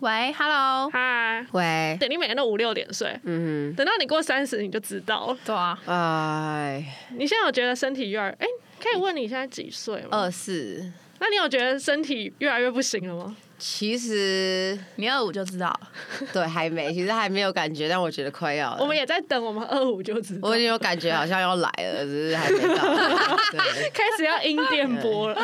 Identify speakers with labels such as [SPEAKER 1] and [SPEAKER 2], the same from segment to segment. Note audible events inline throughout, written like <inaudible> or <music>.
[SPEAKER 1] 喂，Hello，
[SPEAKER 2] 嗨，
[SPEAKER 3] 喂，
[SPEAKER 2] 对你每天都五六点睡，
[SPEAKER 3] 嗯
[SPEAKER 2] 等到你过三十你就知道了。
[SPEAKER 1] 对啊，
[SPEAKER 3] 哼，哎，
[SPEAKER 2] 你现在有觉得身体越来……哎、可以问你现在几岁吗？
[SPEAKER 3] 二四，
[SPEAKER 2] 那你有觉得身体越来越不行了吗？
[SPEAKER 3] 其实
[SPEAKER 1] 你二五就知道了，
[SPEAKER 3] 对
[SPEAKER 2] <laughs>
[SPEAKER 3] 还没，其实还没有感觉，但我觉得快要了。
[SPEAKER 2] 我们也在等我们二五就知道
[SPEAKER 3] <laughs> 我，已经有感觉好像要来了，只是还没
[SPEAKER 2] <laughs>
[SPEAKER 3] 到。对
[SPEAKER 2] 开始要音电
[SPEAKER 3] <laughs>
[SPEAKER 2] 波了，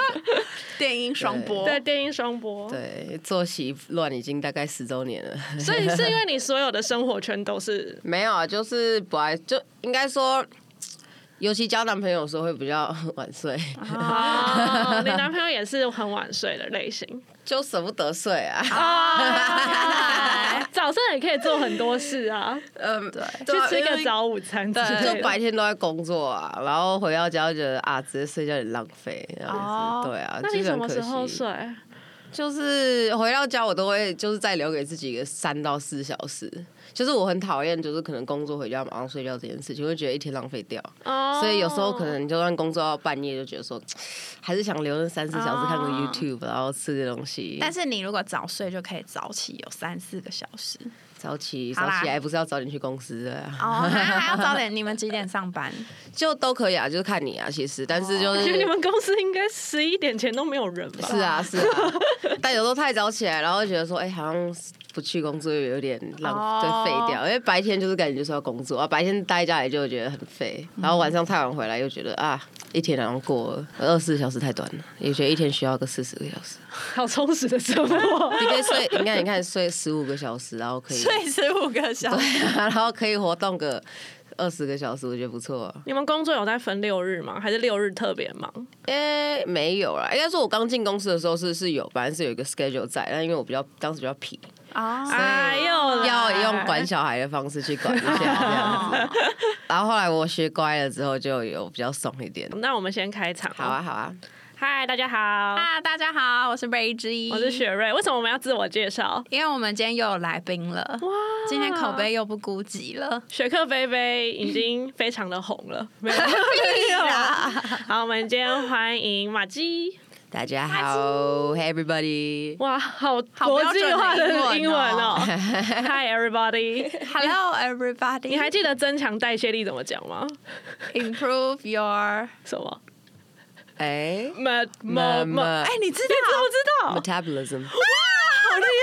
[SPEAKER 1] 电音双播，
[SPEAKER 2] 对，电音双波。
[SPEAKER 3] 对，作息乱已经大概十周年了。
[SPEAKER 2] 所以是因为你所有的生活圈都
[SPEAKER 3] <laughs>
[SPEAKER 2] 是
[SPEAKER 3] 没有啊，就是本来就应该说，尤其交男朋友的时候会比较晚睡，
[SPEAKER 2] 啊哦，你男朋友也是很晚睡的类型
[SPEAKER 3] <laughs> 就舍不得睡啊。
[SPEAKER 2] 啊。早上也可以做很多事啊，
[SPEAKER 3] 嗯，对，
[SPEAKER 2] 去吃
[SPEAKER 3] 因
[SPEAKER 2] 个
[SPEAKER 3] 为
[SPEAKER 2] 早午餐之
[SPEAKER 3] <laughs> 就
[SPEAKER 2] 类的。
[SPEAKER 3] 白天都在工作啊，然后回到家就觉得啊，直接睡觉有点浪费，这样子
[SPEAKER 1] 哦
[SPEAKER 3] 对啊，
[SPEAKER 2] 那
[SPEAKER 3] 就
[SPEAKER 2] 你
[SPEAKER 3] 是
[SPEAKER 2] 什
[SPEAKER 3] 很
[SPEAKER 2] 么
[SPEAKER 3] 可
[SPEAKER 2] 时候
[SPEAKER 3] 惜
[SPEAKER 2] 睡？？
[SPEAKER 3] 就是回到家我都会就是再留给自己个三到四小时，就是我很讨厌就是可能工作回家马上睡觉这件事情，会觉得一天浪费掉，
[SPEAKER 2] 哦
[SPEAKER 3] 所以有时候可能就算工作到半夜，就觉得说还是想留那三四小时看个
[SPEAKER 2] 哦
[SPEAKER 3] YouTube，然后吃个东西，
[SPEAKER 1] 但是你如果早睡就可以早起，有三四个小时。
[SPEAKER 3] 早起
[SPEAKER 1] 好
[SPEAKER 3] 早
[SPEAKER 1] 啦
[SPEAKER 3] 起哎来不是要早点去公司的、啊，
[SPEAKER 1] 哦，还还要早点，你们几点上班？
[SPEAKER 3] 就都可以啊，就是看你啊，其实，但是就
[SPEAKER 2] 我
[SPEAKER 3] 是
[SPEAKER 2] 觉得你们公司应该十一点前都没有人吧？
[SPEAKER 1] <laughs>
[SPEAKER 3] 是啊，是啊，但有时候太早起来，然后觉得说，哎、好像不去工作又有点浪费
[SPEAKER 1] 哦
[SPEAKER 3] 废掉，因为白天就是感觉就是要工作啊，白天待在家里就觉得很废，
[SPEAKER 1] 嗯
[SPEAKER 3] 然后晚上太晚回来又觉得啊，一天好像过了，二十四小时太短了，也觉得一天需要个四十个小时，
[SPEAKER 2] 好充实的生活。 <laughs>
[SPEAKER 3] 你可以睡，你看你看睡十五个小时，然后可以，
[SPEAKER 1] <laughs>
[SPEAKER 3] 啊
[SPEAKER 1] 睡啊十五个
[SPEAKER 3] <laughs>
[SPEAKER 1] 小时，
[SPEAKER 3] 然后可以活动个。二十个小时，我觉得不错、啊。
[SPEAKER 2] 你们工作有在分六日吗？还是六日特别忙？
[SPEAKER 3] 诶、没有啦，应该说我刚进公司的时候是是有，反正是有一个 schedule 在，但因为我比较当时比较皮，
[SPEAKER 1] 啊
[SPEAKER 2] 哎
[SPEAKER 1] <laughs>
[SPEAKER 2] 呦，
[SPEAKER 3] 要用管小孩的方式去管一下这样子。然后后来我学乖了之后，就有比较松
[SPEAKER 1] <laughs>
[SPEAKER 3] 一点。
[SPEAKER 2] 那我们先开场。哦
[SPEAKER 3] 好啊，，好啊，
[SPEAKER 2] 嗨，大家好，
[SPEAKER 1] 啊，大家好，我是 Ray 之一，
[SPEAKER 2] 我是雪瑞。为什么我们要自我介绍？
[SPEAKER 1] 因为我们今天又有来宾了，哇，今天口碑又不孤寂了，
[SPEAKER 2] 雪克菲菲已经非常的红
[SPEAKER 3] <laughs>
[SPEAKER 2] 了，没有？好，我们今天欢迎马姬。
[SPEAKER 3] 大家好，Hey everybody，
[SPEAKER 2] 哇，好
[SPEAKER 1] 好
[SPEAKER 2] 国际化的
[SPEAKER 1] 标准的
[SPEAKER 2] 英
[SPEAKER 1] 英
[SPEAKER 2] 文
[SPEAKER 1] 文
[SPEAKER 2] 哦
[SPEAKER 3] <laughs>
[SPEAKER 1] 哦
[SPEAKER 2] ！Hi everybody，
[SPEAKER 1] Hello everybody，
[SPEAKER 2] 你还记得增强代谢力怎么讲吗？
[SPEAKER 1] improve <laughs> your？
[SPEAKER 2] 什么
[SPEAKER 3] 哎
[SPEAKER 2] m 么么？
[SPEAKER 1] 哎，你知
[SPEAKER 2] 你知不知道？
[SPEAKER 3] ，metabolism，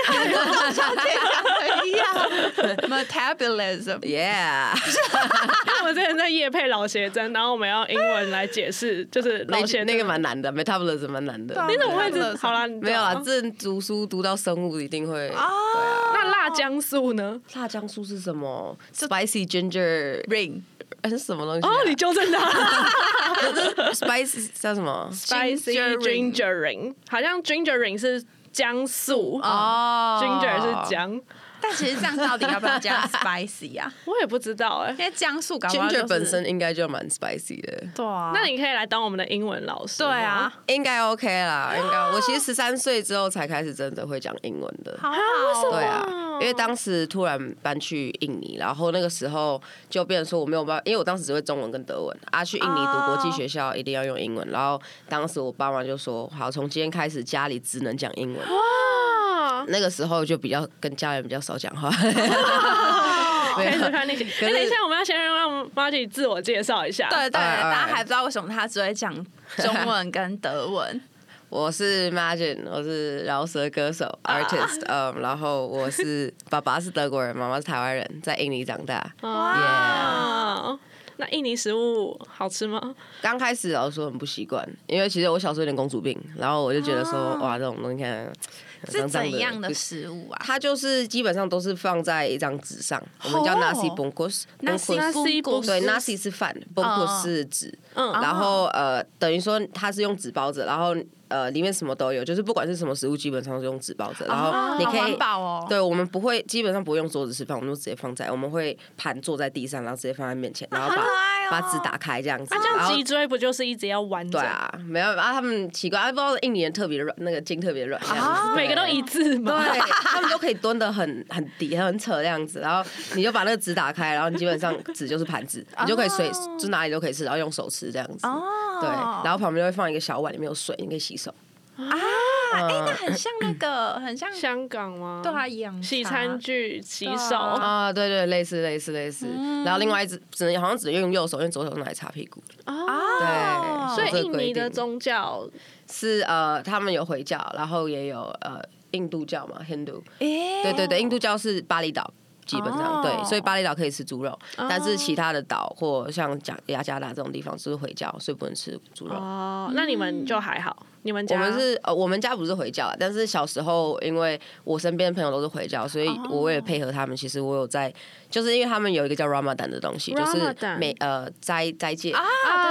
[SPEAKER 2] 哦
[SPEAKER 1] 道一样 <laughs> metabolism？ <laughs>
[SPEAKER 3] yeah，
[SPEAKER 2] 因为 <laughs> 我们之前在夜配老邪针，然后我们要英文来解释，就是老
[SPEAKER 3] 那
[SPEAKER 2] 邪针
[SPEAKER 3] 那个蛮难的，metabolism 蛮难的。
[SPEAKER 2] 你怎么会知
[SPEAKER 1] 对啊
[SPEAKER 2] 好啦，你知道
[SPEAKER 3] 没有啦
[SPEAKER 2] 吗，
[SPEAKER 3] 这读书读到生物一定会。
[SPEAKER 1] 哦
[SPEAKER 2] 那辣姜素呢？
[SPEAKER 3] 辣姜素是什么？Spicy ginger，
[SPEAKER 1] ring
[SPEAKER 3] 哎是什么东西啊？
[SPEAKER 2] 哦，你纠正他
[SPEAKER 3] <laughs> spicy 叫什么？
[SPEAKER 2] ，spicy gingering，好像 gingering 是姜素
[SPEAKER 3] 哦
[SPEAKER 2] ，ginger 是姜，
[SPEAKER 1] Oh 但其实这样到底要不要 <laughs> 加 spicy 啊？
[SPEAKER 2] 我也不知道哎。
[SPEAKER 1] 因为姜素搞不 <laughs> 好、就是、
[SPEAKER 3] ，ginger 本身应该就蛮 spicy 的。
[SPEAKER 1] 对啊，
[SPEAKER 2] 那你可以来当我们的英文老师，
[SPEAKER 1] 对，啊，
[SPEAKER 3] 应该 OK 啦，应该。我其实十三岁之后才开始真的会讲英文的。
[SPEAKER 1] 好好哦、
[SPEAKER 3] 对啊，因为当时突然搬去印尼，然后那个时候就变成说我没有办法，因为我当时只会中文跟德文啊，去印尼读国际学校一定要用英文。然后当时我爸妈就说，好，从今天开始家里只能讲英文。
[SPEAKER 1] 哦
[SPEAKER 2] 啊，
[SPEAKER 3] 那个时候就比较跟家人比较少讲话。 <laughs> 没
[SPEAKER 2] 开
[SPEAKER 3] 有
[SPEAKER 2] 始叛逆期。
[SPEAKER 3] 可
[SPEAKER 2] 哎，
[SPEAKER 3] 是
[SPEAKER 2] 等一下，我们要先让 Margie 自我介绍一下。
[SPEAKER 1] 对对，
[SPEAKER 3] 哎哎
[SPEAKER 1] 大家还不知道为什么他只会讲中
[SPEAKER 3] <laughs>
[SPEAKER 1] 文跟德文，
[SPEAKER 3] 我是 Margin，我是饶舌歌手
[SPEAKER 1] 啊
[SPEAKER 3] artist，嗯，然后我是爸爸是德国人，妈妈是台湾人，在印尼长大。
[SPEAKER 2] 哇，哦啊那印尼食物好吃吗？
[SPEAKER 3] 刚开始老实说很不习惯，因为其实我小时候有点公主病，然后我就觉得说，哇，这种东西看起来
[SPEAKER 1] 啊是
[SPEAKER 3] 脏脏
[SPEAKER 1] 怎样的
[SPEAKER 3] 不
[SPEAKER 1] 食物啊？
[SPEAKER 3] 它就是基本上都是放在一张纸上，我们叫 nasi bungkus。
[SPEAKER 1] 哦 nasi
[SPEAKER 3] bungkus-
[SPEAKER 2] Nasi
[SPEAKER 1] bungkus 啊
[SPEAKER 3] 对，nasi 是饭，bungkus 是纸，
[SPEAKER 2] 嗯
[SPEAKER 3] 然后呃，等于说它是用纸包着，然后呃，里面什么都有，就是不管是什么食物，基本上是用纸包着，然后你
[SPEAKER 1] 好
[SPEAKER 3] 可以
[SPEAKER 1] 环保哦。
[SPEAKER 3] 对，我们不会，基本上不会用桌子吃饭，我们都直接放在，我们会盘坐在地上，然后直接放在面前，然后把、
[SPEAKER 1] 好可爱哦啊
[SPEAKER 3] 把纸打开这样子，
[SPEAKER 2] 那这
[SPEAKER 3] 然
[SPEAKER 2] 样
[SPEAKER 3] 后
[SPEAKER 2] 脊椎不就是一直要弯着？
[SPEAKER 3] 对啊，没有啊，他们奇怪，啊不知道印尼人特别软，那个筋特别软，这样子
[SPEAKER 1] 啊
[SPEAKER 2] 每个都一致吗？
[SPEAKER 3] <laughs> 对，他们都可以蹲的很 <laughs> 很低，很扯这样子，然后你就把那个纸打开，然后你基本上纸就是盘子，你就可以随就哪里都可以吃，然后用手吃这样子。
[SPEAKER 1] 哦
[SPEAKER 3] 对，然后旁边就会放一个小碗，里面有水，你可以洗手。
[SPEAKER 1] 啊，哎、
[SPEAKER 3] 嗯
[SPEAKER 1] 那很像那
[SPEAKER 3] <laughs>
[SPEAKER 1] 个，很像
[SPEAKER 2] 香港吗？
[SPEAKER 1] 对啊，养
[SPEAKER 2] 洗
[SPEAKER 1] 茶
[SPEAKER 2] 餐具、洗
[SPEAKER 1] 对
[SPEAKER 2] 手，
[SPEAKER 1] 啊
[SPEAKER 3] 啊，嗯对对，类似类似类似。然后另外一只只能好像只能用右手，因为左手拿来擦屁股。
[SPEAKER 2] 哦
[SPEAKER 1] 啊，
[SPEAKER 3] 对
[SPEAKER 2] 所
[SPEAKER 3] 哦有这
[SPEAKER 2] 以
[SPEAKER 3] 个
[SPEAKER 2] 印
[SPEAKER 3] 规
[SPEAKER 2] 尼的
[SPEAKER 3] 定
[SPEAKER 2] 宗教
[SPEAKER 3] 是呃，他们有回教，然后也有呃印度教嘛，Hindu。
[SPEAKER 1] 哎
[SPEAKER 3] 对对对，印度教是巴厘岛。基本上、
[SPEAKER 1] 哦
[SPEAKER 3] 对，所以巴厘岛可以吃猪肉
[SPEAKER 2] 哦
[SPEAKER 3] 但是其他的岛或像加雅加达这种地方就是回教，所以不能吃猪肉。
[SPEAKER 2] 哦，那你们就还好，你们
[SPEAKER 3] 我
[SPEAKER 2] 家
[SPEAKER 3] 们是呃，我们家不是回教啦，但是小时候因为我身边的朋友都是回教，所以
[SPEAKER 2] 哦
[SPEAKER 3] 我为了配合他们，其实我有在，就是因为他们有一个叫 Ramadan 的东西，就是
[SPEAKER 2] Ramadan
[SPEAKER 3] 每呃斋斋戒。
[SPEAKER 2] 啊，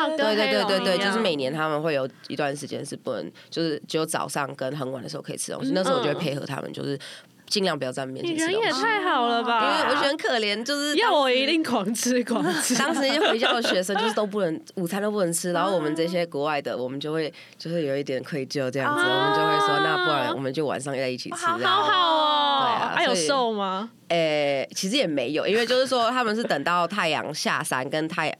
[SPEAKER 1] 对
[SPEAKER 2] 跟
[SPEAKER 3] 对对
[SPEAKER 2] 黑
[SPEAKER 3] 对
[SPEAKER 2] 龙
[SPEAKER 3] 对对，
[SPEAKER 2] 一
[SPEAKER 3] 就是
[SPEAKER 2] 样
[SPEAKER 3] 每年他们会有一段时间是不能，就是只有早上跟很晚的时候可以吃东西。那时候我就会配合他们，就是尽量不要在他们面
[SPEAKER 2] 嗯你
[SPEAKER 3] 前
[SPEAKER 2] 人
[SPEAKER 3] 吃东
[SPEAKER 2] 也
[SPEAKER 3] 西，
[SPEAKER 2] 太好了吧？
[SPEAKER 3] 哦因
[SPEAKER 1] 啊
[SPEAKER 3] 为我觉得很可怜，就是
[SPEAKER 2] 要
[SPEAKER 3] 当。
[SPEAKER 2] 我一定狂吃狂吃
[SPEAKER 3] <laughs> 当时那些回教的学生就是都不能午餐都不能吃，然后我们这些国外的，我们就会就是有一点愧疚这样子，
[SPEAKER 1] 啊
[SPEAKER 3] 我们就会说那不然我们就晚上在一起吃
[SPEAKER 1] 哇
[SPEAKER 3] 这样
[SPEAKER 2] 好好
[SPEAKER 3] 子。对
[SPEAKER 2] 哦
[SPEAKER 3] 啊，
[SPEAKER 2] 还有
[SPEAKER 3] 所以
[SPEAKER 2] 瘦吗？
[SPEAKER 3] 诶、其实也没有，因为就是说他们是等到太阳下山跟太阳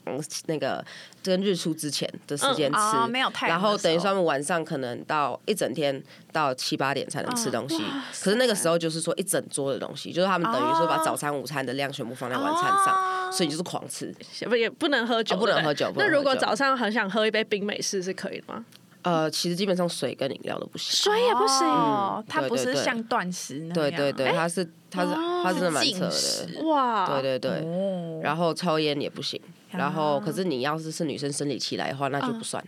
[SPEAKER 3] 那个跟日出之前的时间吃，
[SPEAKER 1] 哦，没有太
[SPEAKER 3] 然
[SPEAKER 1] 阳的时候，
[SPEAKER 3] 后等于说他们晚上可能到一整天到七八点才能吃东西，可是那个时候就是说一整桌的东西，就是他们等于说把
[SPEAKER 1] 哦
[SPEAKER 3] 早餐、午餐的量全部放在晚餐上，
[SPEAKER 1] 哦
[SPEAKER 3] 所以就是狂吃。
[SPEAKER 2] 不也不能喝酒，
[SPEAKER 3] 哦不能
[SPEAKER 2] 对对
[SPEAKER 3] 喝酒不
[SPEAKER 2] 那
[SPEAKER 3] 能喝
[SPEAKER 2] 如果
[SPEAKER 3] 酒
[SPEAKER 2] 早上很想喝一杯冰美式是可以的吗？
[SPEAKER 3] 呃，其实基本上水跟饮料都不行。
[SPEAKER 2] 水也不行
[SPEAKER 1] 哦，它
[SPEAKER 3] 嗯对
[SPEAKER 1] 不
[SPEAKER 3] 对
[SPEAKER 1] 是
[SPEAKER 3] 对
[SPEAKER 1] 像断食那样，
[SPEAKER 3] 对对
[SPEAKER 1] 哎
[SPEAKER 3] 对，它是它是
[SPEAKER 2] 哦
[SPEAKER 3] 它真的蛮扯
[SPEAKER 1] 是
[SPEAKER 3] 的
[SPEAKER 1] 禁。食
[SPEAKER 2] 哇！
[SPEAKER 3] 对对对，
[SPEAKER 1] 哦，
[SPEAKER 3] 然后抽烟也不行，然后
[SPEAKER 1] 啊嗯
[SPEAKER 3] 可是你要是是女生生理期来的话，那就不算。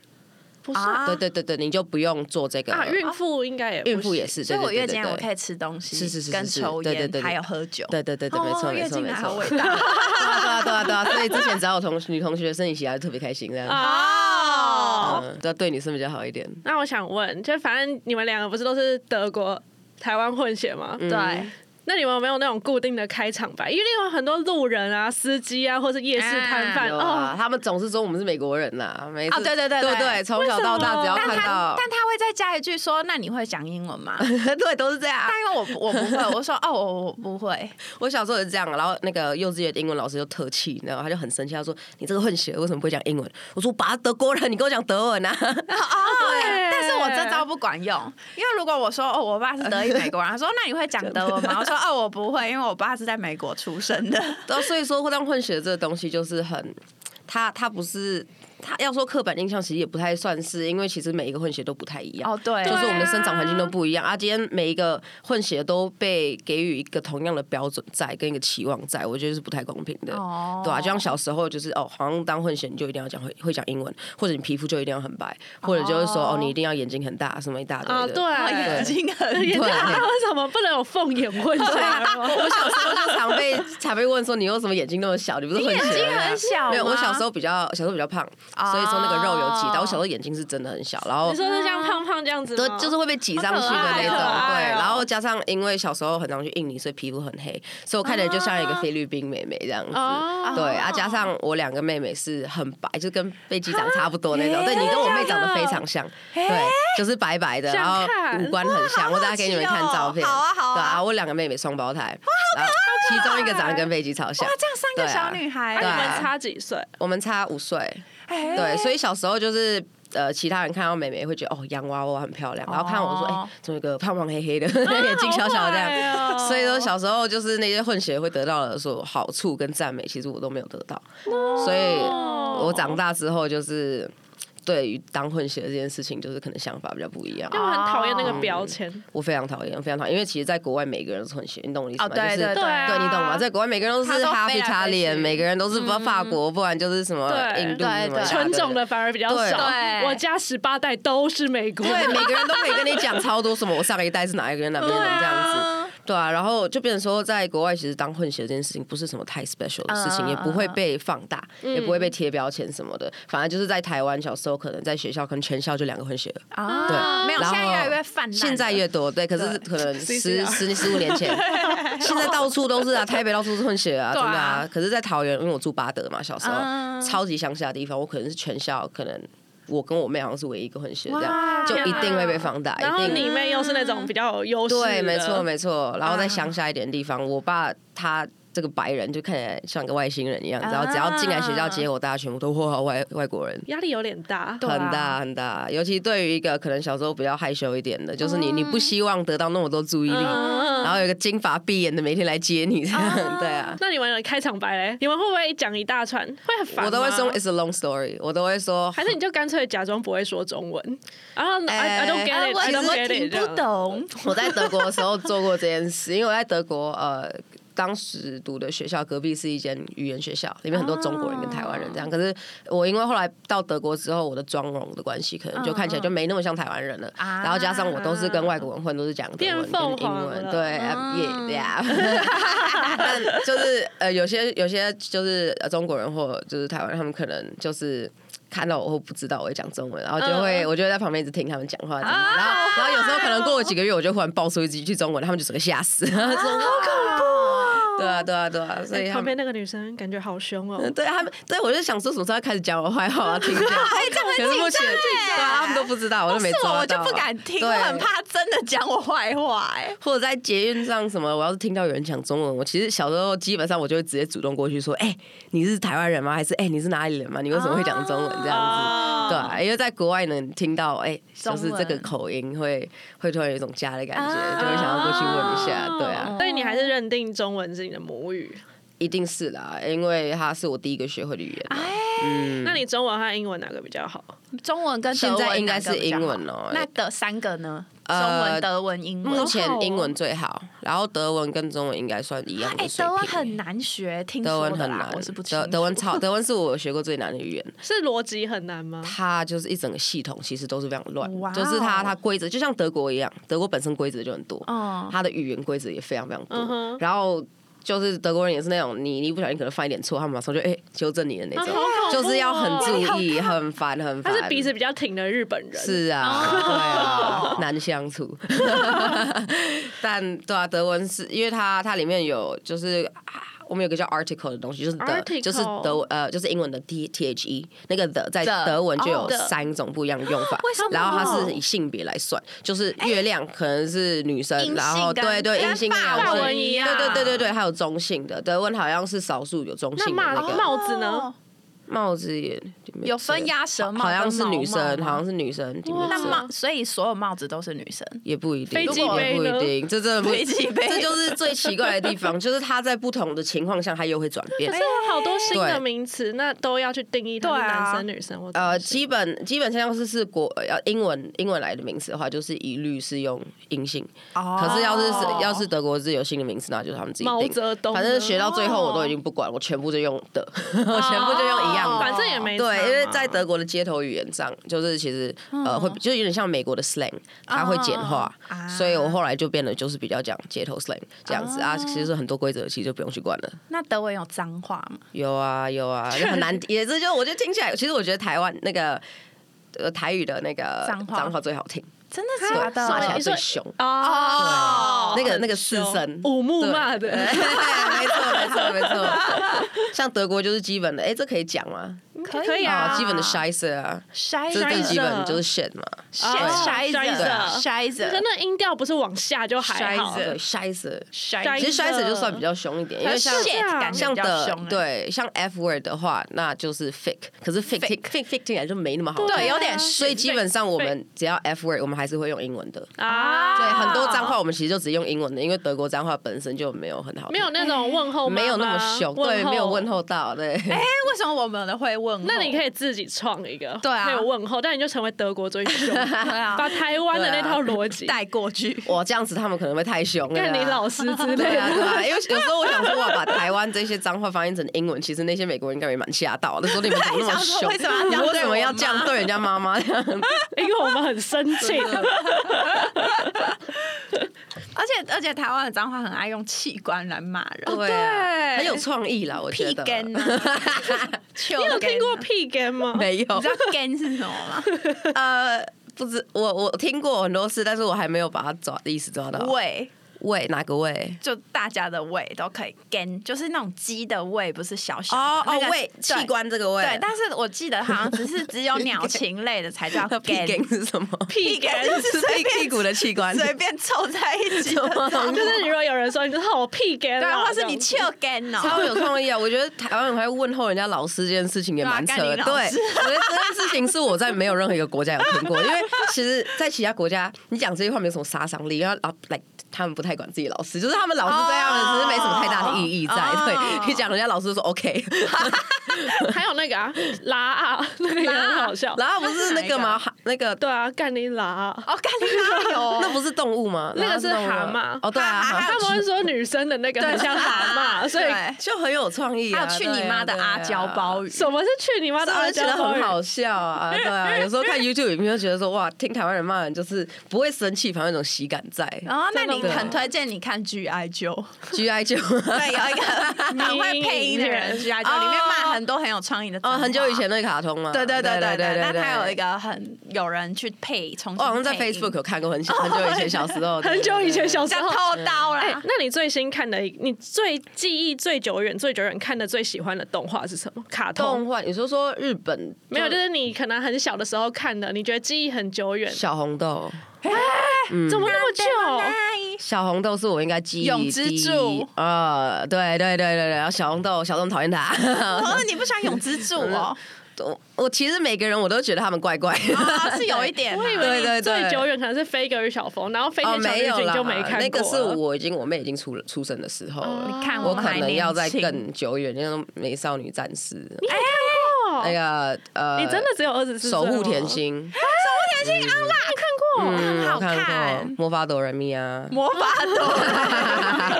[SPEAKER 2] 不是啊，
[SPEAKER 1] 啊
[SPEAKER 3] 对对对对，你就不用做这个。
[SPEAKER 2] 孕妇应该也不
[SPEAKER 3] 孕妇也
[SPEAKER 2] 行
[SPEAKER 3] 是，
[SPEAKER 1] 所以
[SPEAKER 3] 对
[SPEAKER 1] 我
[SPEAKER 3] 对
[SPEAKER 1] 月
[SPEAKER 3] 对
[SPEAKER 1] 经啊
[SPEAKER 3] 对
[SPEAKER 1] 我
[SPEAKER 3] 对
[SPEAKER 1] 可以吃东西，
[SPEAKER 3] 是是是是
[SPEAKER 1] 跟
[SPEAKER 3] 是
[SPEAKER 1] 抽
[SPEAKER 3] 对对
[SPEAKER 1] 烟，
[SPEAKER 3] 对对
[SPEAKER 1] 还有喝酒，
[SPEAKER 3] 对对对对，没错
[SPEAKER 1] 哦
[SPEAKER 3] 没
[SPEAKER 1] 月
[SPEAKER 3] 错
[SPEAKER 1] 经
[SPEAKER 3] 没
[SPEAKER 1] 来好
[SPEAKER 3] 错。 <laughs>
[SPEAKER 1] 伟
[SPEAKER 3] 对
[SPEAKER 1] 大
[SPEAKER 3] 啊对啊对啊对啊，所以之前只要有同女同学生理期来，特别开心这
[SPEAKER 1] 啊
[SPEAKER 3] 样。
[SPEAKER 2] 哦。
[SPEAKER 3] 嗯，这对女生比较好一点。
[SPEAKER 2] 那我想问，就反正你们两个不是都是德国、台湾混血吗？
[SPEAKER 3] 嗯
[SPEAKER 2] 啊
[SPEAKER 1] 对，
[SPEAKER 2] 那你们有没有那种固定的开场白？因为有很多路人啊、司机啊，或是夜市摊贩
[SPEAKER 3] 有
[SPEAKER 2] 哦
[SPEAKER 3] 啊，。他们总是说我们是美国人啦，每次
[SPEAKER 1] 哦对对对
[SPEAKER 3] 对
[SPEAKER 1] 对
[SPEAKER 3] 对，从小到大只要
[SPEAKER 1] 但
[SPEAKER 3] 看
[SPEAKER 1] 他
[SPEAKER 3] 到，
[SPEAKER 1] 但他会再加一句说：“那你会讲英文吗？”
[SPEAKER 3] <laughs> 对都是这样哦
[SPEAKER 1] 但。因为我不我不会，我说：“哦，我我不
[SPEAKER 3] <laughs>
[SPEAKER 1] 会。
[SPEAKER 3] 我小时候也是这样，啊然后那个幼稚园的英文老师就特气，然后他就很生气，他说：“你这个混血为什么不会讲英文？”我说：“我爸德国人，你跟我讲德文啊！” <laughs>
[SPEAKER 2] 对
[SPEAKER 1] 但是我这招不管用，因为如果我说：“哦，我爸是德裔美国人。”他说：“那你会讲德文吗？”我说：“哦，我不会，因为我爸是在美国出生的。
[SPEAKER 3] 然后啊所以说，会当混血这个东西就是很，他他不是他要说刻板印象，其实也不太算是，因为其实每一个混血都不太一”样。
[SPEAKER 1] 哦，对，
[SPEAKER 3] 就是我们的
[SPEAKER 2] 对啊
[SPEAKER 3] 生长环境都不一样啊！今天每一个混血都被给予一个同样的标准在，跟一个期望在，我觉得是不太公平的。
[SPEAKER 1] 哦
[SPEAKER 3] 对啊，就像小时候就是哦，好像当混血你就一定要讲会会讲英文，或者你皮肤就一定要很白，或者就是说
[SPEAKER 1] 哦
[SPEAKER 3] 哦你一定要眼睛很大什么一大堆的。
[SPEAKER 2] 啊，对，
[SPEAKER 1] 我眼
[SPEAKER 3] <laughs>
[SPEAKER 1] 睛很
[SPEAKER 2] 眼睛
[SPEAKER 3] 对
[SPEAKER 2] 啊为什么不能有凤眼混血啊吗？
[SPEAKER 3] <laughs> 我小时候就常被常被问说你为什么眼睛那么小？你不是混血
[SPEAKER 1] 你眼
[SPEAKER 3] 儿
[SPEAKER 1] 睛
[SPEAKER 3] 吗
[SPEAKER 1] 很小
[SPEAKER 3] 没有，我
[SPEAKER 1] 吗
[SPEAKER 3] 小时候比较小时候比较胖，所以说那个肉有挤到。我小时候眼睛是真的很小，然后
[SPEAKER 2] <laughs> 你说是像胖胖这样子
[SPEAKER 3] 对，
[SPEAKER 2] 吗？
[SPEAKER 3] 就是会被挤上去的
[SPEAKER 1] 好可
[SPEAKER 3] 那
[SPEAKER 1] 爱
[SPEAKER 3] 种，
[SPEAKER 1] 哦好
[SPEAKER 2] 可爱
[SPEAKER 3] 对。
[SPEAKER 2] 哦
[SPEAKER 3] 然后加上因为小时候很常去印尼，所以皮肤很黑，所以我看起来就像
[SPEAKER 1] 啊
[SPEAKER 3] 一个菲律宾妹妹这样子。
[SPEAKER 2] 哦
[SPEAKER 3] 对啊，加上我两个妹妹是很白，就跟贝基
[SPEAKER 1] 啊
[SPEAKER 3] 长差不多那种。对你跟我妹长得非常像，对，就是白白的，
[SPEAKER 2] 想
[SPEAKER 3] 然后
[SPEAKER 2] 看
[SPEAKER 3] 五官很像。我等下给你们看照片。
[SPEAKER 1] 好啊好啊
[SPEAKER 3] 对啊，我两个妹妹双胞胎，然后其中一个长得跟贝基超像
[SPEAKER 1] 哦哇，。这样三
[SPEAKER 3] 对
[SPEAKER 1] 个
[SPEAKER 3] 啊
[SPEAKER 1] 小女孩，
[SPEAKER 2] 啊你
[SPEAKER 3] 对
[SPEAKER 2] 们差几岁？
[SPEAKER 3] 我们差五岁，
[SPEAKER 1] 哎
[SPEAKER 3] 对，所以小时候就是。呃，其他人看到妹妹会觉得哦，洋娃娃很漂亮，然后看我说，哎、
[SPEAKER 1] 哦
[SPEAKER 3] 怎么有个胖胖黑黑的， <laughs> 眼睛小小的这样？
[SPEAKER 2] 好坏哦
[SPEAKER 3] 所以说小时候就是那些混血会得到的说好处跟赞美，其实我都没有得到，
[SPEAKER 1] 哦
[SPEAKER 3] 所以
[SPEAKER 2] 哦
[SPEAKER 3] 我长大之后就是对于当混血这件事情，就是可能想法比较不一样。
[SPEAKER 1] 啊
[SPEAKER 2] 因为我很讨厌那
[SPEAKER 3] 嗯
[SPEAKER 2] 个标签。
[SPEAKER 3] 我非常讨厌，非常讨厌，因为其实，在国外每个人都是混血，你懂我的意思吗？
[SPEAKER 1] 哦对
[SPEAKER 3] 就
[SPEAKER 1] 对
[SPEAKER 3] 是
[SPEAKER 1] 对
[SPEAKER 2] 啊
[SPEAKER 3] 对你懂吗？在国外每个人都
[SPEAKER 1] 他
[SPEAKER 3] 是
[SPEAKER 1] 都
[SPEAKER 3] 哈
[SPEAKER 1] 飞
[SPEAKER 3] 比
[SPEAKER 1] 来
[SPEAKER 3] 查
[SPEAKER 1] 飞
[SPEAKER 3] 脸，
[SPEAKER 1] 去
[SPEAKER 3] 每个人都是不知道法国，不然就是什么
[SPEAKER 2] 对
[SPEAKER 3] 印
[SPEAKER 1] 嗯
[SPEAKER 3] 度
[SPEAKER 1] 对
[SPEAKER 3] 什么
[SPEAKER 1] 对
[SPEAKER 3] 一大堆
[SPEAKER 2] 纯种的反而比较少
[SPEAKER 1] 对，
[SPEAKER 2] 我家十八代都是美国
[SPEAKER 1] <laughs>
[SPEAKER 2] 人
[SPEAKER 3] 对，
[SPEAKER 2] <laughs>
[SPEAKER 3] 每个人都可以跟你讲超多什么，我上一代是哪一个人，哪边人这样
[SPEAKER 1] <laughs>
[SPEAKER 3] 子，对啊，然后就变成说，在国外其实当混血这件事情不是什么太 special 的事情，
[SPEAKER 1] 嗯
[SPEAKER 3] 也不会被放大，也不会被贴标签什么的，反正就是在台湾小时候可能在学校可能全校就两个混血儿，
[SPEAKER 1] 啊，
[SPEAKER 3] 对
[SPEAKER 1] 没有，
[SPEAKER 3] 然
[SPEAKER 1] 现
[SPEAKER 3] 后
[SPEAKER 1] 在越来越泛滥了，啊
[SPEAKER 3] 现在越多，对，可是可
[SPEAKER 1] <laughs>
[SPEAKER 3] 能十十十五年前，现在到处都是啊，台北到处是混血啊，
[SPEAKER 1] 对
[SPEAKER 3] 真
[SPEAKER 1] 啊
[SPEAKER 3] 的啊。可是，在桃园，因为我住巴德嘛，小时候
[SPEAKER 1] 嗯
[SPEAKER 3] 超级乡下的地方，我可能是全校可能。我跟我妹好像是唯一一个混血，这样
[SPEAKER 1] 哇
[SPEAKER 3] 就一
[SPEAKER 2] 天啊
[SPEAKER 3] 定会被放大。
[SPEAKER 2] 然
[SPEAKER 3] 一
[SPEAKER 2] 后
[SPEAKER 3] 定
[SPEAKER 2] 你妹又是那种比较有优势的，
[SPEAKER 3] 对，没错没错。然后在乡下一点地方，我爸他这个白人就看起来像个外星人一样，然后只要进来学校接我，大家全部都哇外外国人。
[SPEAKER 2] 压力有点大。
[SPEAKER 1] 对
[SPEAKER 3] 很
[SPEAKER 1] 啊
[SPEAKER 3] 大很大，尤其对于一个可能小时候比较害羞一点的，就是你，你不希望得到那么多注意力，
[SPEAKER 2] 嗯
[SPEAKER 3] 然后有一个金发碧眼的每天来接你，这样对啊。
[SPEAKER 2] 那你们有开场白嘞？你们会不会讲一大串？会很烦吗。
[SPEAKER 3] 我都会说 "It's a long story"，我都会说
[SPEAKER 2] 还是你就干脆假装不会说中文，然后 I I don't
[SPEAKER 3] 哎
[SPEAKER 2] get it，I
[SPEAKER 1] 我
[SPEAKER 2] don't
[SPEAKER 1] 我
[SPEAKER 2] get
[SPEAKER 1] 听不
[SPEAKER 2] it，这样
[SPEAKER 1] 懂。
[SPEAKER 3] 我在德国的时候做过这件事，因为我在德国呃。当时读的学校隔壁是一间语言学校，里面很
[SPEAKER 2] 啊
[SPEAKER 3] 多中国人跟台湾人这样。可是我因为后来到德国之后，我的妆容的关系，可能就
[SPEAKER 2] 嗯
[SPEAKER 3] 看起来就没那么像台湾人了。
[SPEAKER 1] 啊
[SPEAKER 3] 然后加上我都是跟外国人混，都是讲德
[SPEAKER 2] 变
[SPEAKER 3] 文
[SPEAKER 2] 凤
[SPEAKER 3] 跟
[SPEAKER 2] 凰
[SPEAKER 3] 英文
[SPEAKER 2] 了，
[SPEAKER 3] 对，
[SPEAKER 1] 嗯
[SPEAKER 3] 也呀。但
[SPEAKER 2] <laughs>
[SPEAKER 3] 就是呃，有些有些就是呃中国人或就是台湾人，他们可能就是。看到我或不知道我会讲中文，然后就会、
[SPEAKER 2] 嗯
[SPEAKER 3] 我就会在旁边一直听他们讲话，这样
[SPEAKER 1] 啊
[SPEAKER 3] 子然后然后有时候可能过了几个月，我就忽然爆出一句中文，他们就整个吓死，然
[SPEAKER 1] 啊
[SPEAKER 3] 后说
[SPEAKER 1] 恐怖哦！
[SPEAKER 3] 对啊对啊对啊，所以
[SPEAKER 1] 哎
[SPEAKER 3] 他
[SPEAKER 2] 旁
[SPEAKER 3] 们
[SPEAKER 2] 边那个女生感觉好凶哦。
[SPEAKER 1] 嗯
[SPEAKER 3] 对他们对我就想说什么时候要开始讲我坏话，我要
[SPEAKER 1] <laughs>
[SPEAKER 3] 听一下，
[SPEAKER 1] 哎
[SPEAKER 3] 可是目前对啊他们都不知道，我都没
[SPEAKER 1] 哦是
[SPEAKER 3] 抓
[SPEAKER 1] 我，
[SPEAKER 3] 到，啊
[SPEAKER 1] 我就不敢听，
[SPEAKER 3] 对
[SPEAKER 1] 我很怕真的讲我坏话。哎，
[SPEAKER 3] 或者在捷运上什么，我要是听到有人讲中文，我其实小时候基本上我就会直接主动过去说：“哎、你是台湾人吗？还是哎、你是哪里人吗？你为什么会讲中文这样子？”
[SPEAKER 2] 哦
[SPEAKER 3] 对、啊，因为在国外能听到哎、就是这
[SPEAKER 1] 中
[SPEAKER 3] 个
[SPEAKER 1] 文
[SPEAKER 3] 口音会会突然有一种家的感觉，
[SPEAKER 1] 啊
[SPEAKER 3] 就会想要过去问一
[SPEAKER 1] 哦
[SPEAKER 3] 下。对啊，
[SPEAKER 2] 哦所以你还是认定中文是你的母语。
[SPEAKER 3] 一定是啦，因为它是我第一个学会的语言嘛。
[SPEAKER 1] 哎
[SPEAKER 3] 嗯，
[SPEAKER 2] 那你中文和英文哪个比较好？
[SPEAKER 1] 中文跟德
[SPEAKER 3] 现
[SPEAKER 1] 文
[SPEAKER 3] 在应该
[SPEAKER 1] 哪个
[SPEAKER 3] 是
[SPEAKER 1] 比较
[SPEAKER 3] 英
[SPEAKER 1] 好
[SPEAKER 3] 文哦、
[SPEAKER 1] 那的三个呢？中
[SPEAKER 3] 呃
[SPEAKER 1] 文、德文、英
[SPEAKER 3] 目
[SPEAKER 1] 文。
[SPEAKER 3] 前
[SPEAKER 2] 好好哦
[SPEAKER 3] 英文最好，然后德文跟中文应该算一样
[SPEAKER 1] 哎
[SPEAKER 3] 的，水
[SPEAKER 1] 德
[SPEAKER 3] 平。
[SPEAKER 1] 文很难学，听
[SPEAKER 3] 德
[SPEAKER 1] 说
[SPEAKER 3] 文
[SPEAKER 1] 的
[SPEAKER 3] 很
[SPEAKER 1] 啦
[SPEAKER 3] 难，，
[SPEAKER 1] 我是不清
[SPEAKER 3] 德
[SPEAKER 1] 楚
[SPEAKER 3] 德文超，德文是我学过最难的语言。
[SPEAKER 2] 是逻辑很难吗？
[SPEAKER 3] 它就是一整个系统，其实都是非常乱
[SPEAKER 1] 哇哦，
[SPEAKER 3] 就是它它规则就像德国一样，德国本身规则就很多，
[SPEAKER 1] 哦
[SPEAKER 3] 它的语言规则也非常非常
[SPEAKER 2] 嗯
[SPEAKER 3] 多
[SPEAKER 2] 哼。
[SPEAKER 3] 然后就是德国人也是那种，你你一不小心可能犯一点错，他们马上就哎纠正你的那
[SPEAKER 2] 啊
[SPEAKER 3] 种
[SPEAKER 2] 好恐怖哦，
[SPEAKER 3] 就是要很注意，很烦很
[SPEAKER 2] 他
[SPEAKER 3] 烦。
[SPEAKER 2] 是鼻子比较挺的日本人。
[SPEAKER 3] 是啊，
[SPEAKER 1] 哦
[SPEAKER 3] 对啊，难
[SPEAKER 1] <laughs>
[SPEAKER 3] 相处。但对啊，德文是因为它它里面有就是。啊我们有个叫 article 的东西，就是德，
[SPEAKER 2] Article
[SPEAKER 3] 就是德呃，就是英文的 t t h e 那个的，在
[SPEAKER 1] 的
[SPEAKER 3] 德文就
[SPEAKER 1] 哦
[SPEAKER 3] 有
[SPEAKER 2] 的
[SPEAKER 3] 三种不一样的用法。
[SPEAKER 1] 为什么啊哎
[SPEAKER 3] 然后它是以性别来算，就是月亮可能是女
[SPEAKER 1] 阴性
[SPEAKER 3] 呃生，然后
[SPEAKER 1] 跟
[SPEAKER 3] 对对，
[SPEAKER 1] 跟
[SPEAKER 3] 阴性
[SPEAKER 1] 法
[SPEAKER 3] 阳性
[SPEAKER 2] 文一样
[SPEAKER 3] 对对对对对，还有中性的。德文好像是少数有中
[SPEAKER 2] 那
[SPEAKER 3] 性的
[SPEAKER 2] 帽
[SPEAKER 3] 那个
[SPEAKER 2] 帽子呢？
[SPEAKER 1] 哦
[SPEAKER 3] 帽子也
[SPEAKER 1] 有分鸭舌帽，
[SPEAKER 3] 好像是女生，好像
[SPEAKER 1] 是。
[SPEAKER 3] 是女生。
[SPEAKER 1] 那
[SPEAKER 3] 是
[SPEAKER 1] 帽，所以所有帽子都是女生。
[SPEAKER 3] 也不一定，
[SPEAKER 2] 飞机杯
[SPEAKER 3] 也不
[SPEAKER 2] 呢
[SPEAKER 3] 一定，这真的不
[SPEAKER 1] 飞机杯
[SPEAKER 3] 这就是最奇怪的地方，就是它在不同的情况下，它又会转变
[SPEAKER 2] 可。是有好多新的
[SPEAKER 3] 对
[SPEAKER 2] 名词，那都要去定义它是
[SPEAKER 1] 对啊
[SPEAKER 2] 男生女生。我怎么
[SPEAKER 3] 呃，
[SPEAKER 2] 知
[SPEAKER 3] 基本基本上要是是国呃英文英文来的名词的话，就是一律是用阴性。
[SPEAKER 1] 哦
[SPEAKER 3] 可是要是是要是德国是有新的名词，那就是他们自己
[SPEAKER 2] 毛
[SPEAKER 3] 定。
[SPEAKER 2] 泽东呢，啊
[SPEAKER 3] 反正学到最后我都已经不管，我全部就用的，我 <laughs> 全部就用一样
[SPEAKER 2] 哦
[SPEAKER 3] 的。
[SPEAKER 2] 反正也没
[SPEAKER 3] 对，
[SPEAKER 2] 差
[SPEAKER 3] 因为
[SPEAKER 2] 嘛嗯
[SPEAKER 3] 在德国的街头语言上，就是其实呃会就有点像美国的 slang，它会简化
[SPEAKER 2] 哦
[SPEAKER 1] 嗯啊，
[SPEAKER 3] 所以我后来就变得就是比较讲街头 slang 这样子
[SPEAKER 2] 哦
[SPEAKER 3] 啊。其实很多规则其实就不用去管了。
[SPEAKER 1] 那德文有脏话吗？
[SPEAKER 3] 有啊有
[SPEAKER 2] <laughs>
[SPEAKER 3] 啊，就很难，也是就我觉得听起来，其实我觉得台湾那个。呃，台语的那个
[SPEAKER 1] 脏话
[SPEAKER 3] 最好听，
[SPEAKER 1] 真的
[SPEAKER 3] 对
[SPEAKER 1] 假
[SPEAKER 2] 啊
[SPEAKER 1] 的？
[SPEAKER 3] 骂起来
[SPEAKER 2] 你说
[SPEAKER 3] 最凶，
[SPEAKER 2] 哦，
[SPEAKER 3] 那个那个四声
[SPEAKER 2] 很凶五木骂 <laughs>
[SPEAKER 3] 对
[SPEAKER 2] 的，
[SPEAKER 3] <laughs> 没错没错没错。像德国就是基本的，哎，这可以讲吗？
[SPEAKER 2] 可以啊哎
[SPEAKER 3] 啊，基本的 s h i s e 啊，
[SPEAKER 1] 筛
[SPEAKER 3] 这最
[SPEAKER 2] 个
[SPEAKER 3] 基
[SPEAKER 1] 筛
[SPEAKER 3] 本就是 shit 嘛。
[SPEAKER 2] 哦
[SPEAKER 1] 筛
[SPEAKER 2] 筛
[SPEAKER 1] 着
[SPEAKER 2] 着
[SPEAKER 1] 筛
[SPEAKER 2] 可是
[SPEAKER 1] 着
[SPEAKER 2] 那音调不是往下就还好
[SPEAKER 1] 筛着
[SPEAKER 3] 对 s h i s e
[SPEAKER 1] 筛
[SPEAKER 3] 其实 s h i s e
[SPEAKER 2] 着
[SPEAKER 3] 就算比较凶一点，因为像
[SPEAKER 2] 可是
[SPEAKER 1] shit 感觉
[SPEAKER 3] 像
[SPEAKER 1] 比较
[SPEAKER 3] 的
[SPEAKER 1] 凶，啊
[SPEAKER 3] 对，像 F word 的话，那就是 fake，可是 fake
[SPEAKER 1] Fake
[SPEAKER 3] fake fake fake 听起来就没那么好听，
[SPEAKER 2] 对有点
[SPEAKER 3] 所以基本上我们只要 F word，我们还是会用英文的。
[SPEAKER 2] 啊，
[SPEAKER 3] 对，很多脏话我们其实就只用英文的，因为德国脏话本身就没有很好听，
[SPEAKER 2] 没有那种问候妈妈，
[SPEAKER 3] 没有那么凶，对，没有问。候到，对。
[SPEAKER 1] 哎，为什么我们的会问候？
[SPEAKER 2] 那你可以自己创一个，
[SPEAKER 1] 对啊
[SPEAKER 2] 没有问候，但你就成为德国最
[SPEAKER 3] <laughs>
[SPEAKER 1] 对
[SPEAKER 2] 凶，
[SPEAKER 1] 啊
[SPEAKER 2] 把台湾的那套逻辑
[SPEAKER 3] 啊
[SPEAKER 1] 带过去。
[SPEAKER 3] 我这样子他们可能会太凶了啦。
[SPEAKER 2] 看你老师之类
[SPEAKER 3] 对啊，对
[SPEAKER 2] 的。
[SPEAKER 3] 啊，因为有时候我想说，哇，把台湾这些脏话翻译成英文，其实那些美国人应该也蛮吓到的，说你们怎么那么凶？
[SPEAKER 1] 对想说为什么要这样对我妈
[SPEAKER 3] 为什么要这样对人家妈妈？
[SPEAKER 2] 因为我们很 <laughs> 生气，
[SPEAKER 1] 而且而且台湾的脏话很爱用器官来骂人，
[SPEAKER 3] 对啊，
[SPEAKER 2] 对
[SPEAKER 3] 很有创意啦，我觉
[SPEAKER 1] 屁
[SPEAKER 3] 得。
[SPEAKER 1] 根啊，你
[SPEAKER 2] 你有听过屁 g 吗？
[SPEAKER 3] <laughs> 没有
[SPEAKER 1] 你知，道 “gan” 是什么吗？
[SPEAKER 3] 呃，不知我我听过很多次，但是我还没有把它抓意思抓到。
[SPEAKER 1] 胃
[SPEAKER 3] 胃哪个胃？
[SPEAKER 1] 就大家的胃都可以跟，就是那种鸡的胃，不是小小的
[SPEAKER 3] 哦
[SPEAKER 1] 那
[SPEAKER 3] 哦
[SPEAKER 1] 个，
[SPEAKER 3] 胃
[SPEAKER 1] 对
[SPEAKER 3] 器官这个胃。
[SPEAKER 1] 对，但是我记得好像只是只 <laughs> 有鸟禽类的才 <laughs> 叫
[SPEAKER 3] 屁
[SPEAKER 1] gan，
[SPEAKER 3] 根是什么？
[SPEAKER 2] 屁股，
[SPEAKER 3] 是 <laughs> 屁屁股的器官。
[SPEAKER 1] 随便凑在一起的那种，
[SPEAKER 2] 就是如果有人说你就是我屁股，
[SPEAKER 1] <laughs> 对，啊或是
[SPEAKER 2] 这
[SPEAKER 1] 你
[SPEAKER 2] 样子
[SPEAKER 1] chill gan
[SPEAKER 3] 超
[SPEAKER 1] 哦，
[SPEAKER 3] 有创意啊！我觉得台湾人还问候人家老师这件事情也蛮扯的。
[SPEAKER 1] 对啊
[SPEAKER 3] 对，
[SPEAKER 1] 干你老师
[SPEAKER 3] 我觉得这件事情是我在没有任何一个国家有听过，因为其实，在其他国家你讲这句话没有什么杀伤力，因为老来他们不太管自己老师，就是他们老师对他们只是没什么太大的意义在。
[SPEAKER 1] 哦
[SPEAKER 3] 对，你讲人家老师就说 OK，
[SPEAKER 2] 还有那个啊，拉啊，那个也很好笑。
[SPEAKER 3] 然后不是那个吗？那个
[SPEAKER 2] 对啊，干你拉啊！
[SPEAKER 1] 哦，干你哪有？ <laughs>
[SPEAKER 3] 那不是动物吗？
[SPEAKER 2] 那个是
[SPEAKER 3] 然后动物吗
[SPEAKER 2] 蛤蟆
[SPEAKER 3] 哦，对啊，
[SPEAKER 1] 蛤
[SPEAKER 3] 蛤
[SPEAKER 2] 他
[SPEAKER 3] 蟆
[SPEAKER 2] 们会说女生的那个很像蛤蟆，所以
[SPEAKER 1] 对
[SPEAKER 3] 就很有创意、啊。
[SPEAKER 1] 还有去你
[SPEAKER 3] 对啊
[SPEAKER 1] 妈的阿娇鲍 <laughs> 鱼，
[SPEAKER 2] 什么是去你妈的
[SPEAKER 3] 当
[SPEAKER 2] 阿
[SPEAKER 3] 然觉
[SPEAKER 2] 娇
[SPEAKER 3] 得
[SPEAKER 2] 包
[SPEAKER 3] 很
[SPEAKER 2] 鱼？
[SPEAKER 3] 好
[SPEAKER 1] <laughs>
[SPEAKER 3] 笑啊，对啊，有时候看 YouTube 影片就觉得说，哇，听台湾人骂人就是不会生气，反正有一种喜感
[SPEAKER 1] <laughs>
[SPEAKER 3] 在。
[SPEAKER 1] 然后，哦那
[SPEAKER 2] 真的
[SPEAKER 1] 你
[SPEAKER 3] 吗
[SPEAKER 1] 很推荐你看《G.I. 九》，
[SPEAKER 3] G I 就
[SPEAKER 1] <laughs> 对，有 <laughs> 一个很会配音的人，《G.I. 九》里面
[SPEAKER 3] 哦
[SPEAKER 1] 骂很多很有创意的。
[SPEAKER 3] <laughs> 哦，很久以前。那个卡通嘛，
[SPEAKER 1] 对对对对
[SPEAKER 3] 对
[SPEAKER 1] 对，哦但他有一
[SPEAKER 3] 个，
[SPEAKER 1] 个很有人去配重新
[SPEAKER 3] 我好像在
[SPEAKER 1] 配音
[SPEAKER 3] Facebook 有看过，
[SPEAKER 1] <laughs>
[SPEAKER 3] 很小很久以前小时候，对
[SPEAKER 2] 很久以前。小
[SPEAKER 1] 这
[SPEAKER 2] 时
[SPEAKER 1] 样
[SPEAKER 2] 候。
[SPEAKER 1] 偷刀
[SPEAKER 2] 哎、
[SPEAKER 1] 啦。
[SPEAKER 2] 那你最新看的，你最记忆最久远、最久远看的、最喜欢的动画是什么？卡
[SPEAKER 3] 动
[SPEAKER 2] 通？
[SPEAKER 3] 画，你说说日本
[SPEAKER 2] 没有，就是你可能很小的时候看的，你觉得记忆很久远，
[SPEAKER 3] 小红豆，
[SPEAKER 2] 怎么那么久？
[SPEAKER 1] <laughs>
[SPEAKER 3] 小红豆是我应该记忆
[SPEAKER 1] 永之
[SPEAKER 3] 第一
[SPEAKER 1] 助
[SPEAKER 3] 啊，对对对对对，然后小红豆，小红豆讨厌他， <laughs>
[SPEAKER 1] 可哦是你不喜欢永之助 <laughs> 哦？
[SPEAKER 3] 我我其实每个人我都觉得他们怪怪，
[SPEAKER 1] 啊，是有一点啊。
[SPEAKER 2] 我以
[SPEAKER 3] 对
[SPEAKER 2] 为
[SPEAKER 3] 对
[SPEAKER 2] 你
[SPEAKER 3] 对
[SPEAKER 2] 最久远可能是《飞哥与小佛》，然后《飞
[SPEAKER 3] 哦，
[SPEAKER 2] 天小
[SPEAKER 3] 没有
[SPEAKER 2] 女警》
[SPEAKER 3] 啦，
[SPEAKER 2] 就没看过了。啊
[SPEAKER 3] 那个是我已呃经我妹已经出出生的时候了，
[SPEAKER 1] 你看
[SPEAKER 3] 我
[SPEAKER 1] 们
[SPEAKER 3] 可
[SPEAKER 1] 还
[SPEAKER 3] 能
[SPEAKER 1] 年
[SPEAKER 3] 要
[SPEAKER 1] <laughs>
[SPEAKER 3] 再
[SPEAKER 1] 轻
[SPEAKER 3] 更久远，那种美少女战士，
[SPEAKER 2] 哦
[SPEAKER 3] 那个呃，
[SPEAKER 2] 你真的只有二十四岁哦
[SPEAKER 3] 守护
[SPEAKER 2] 吗
[SPEAKER 3] 甜心，
[SPEAKER 2] 看过？
[SPEAKER 3] 嗯，
[SPEAKER 1] 哦好
[SPEAKER 3] 我看
[SPEAKER 1] 看，
[SPEAKER 3] 过魔法哆人咪啊
[SPEAKER 1] 魔法 <laughs>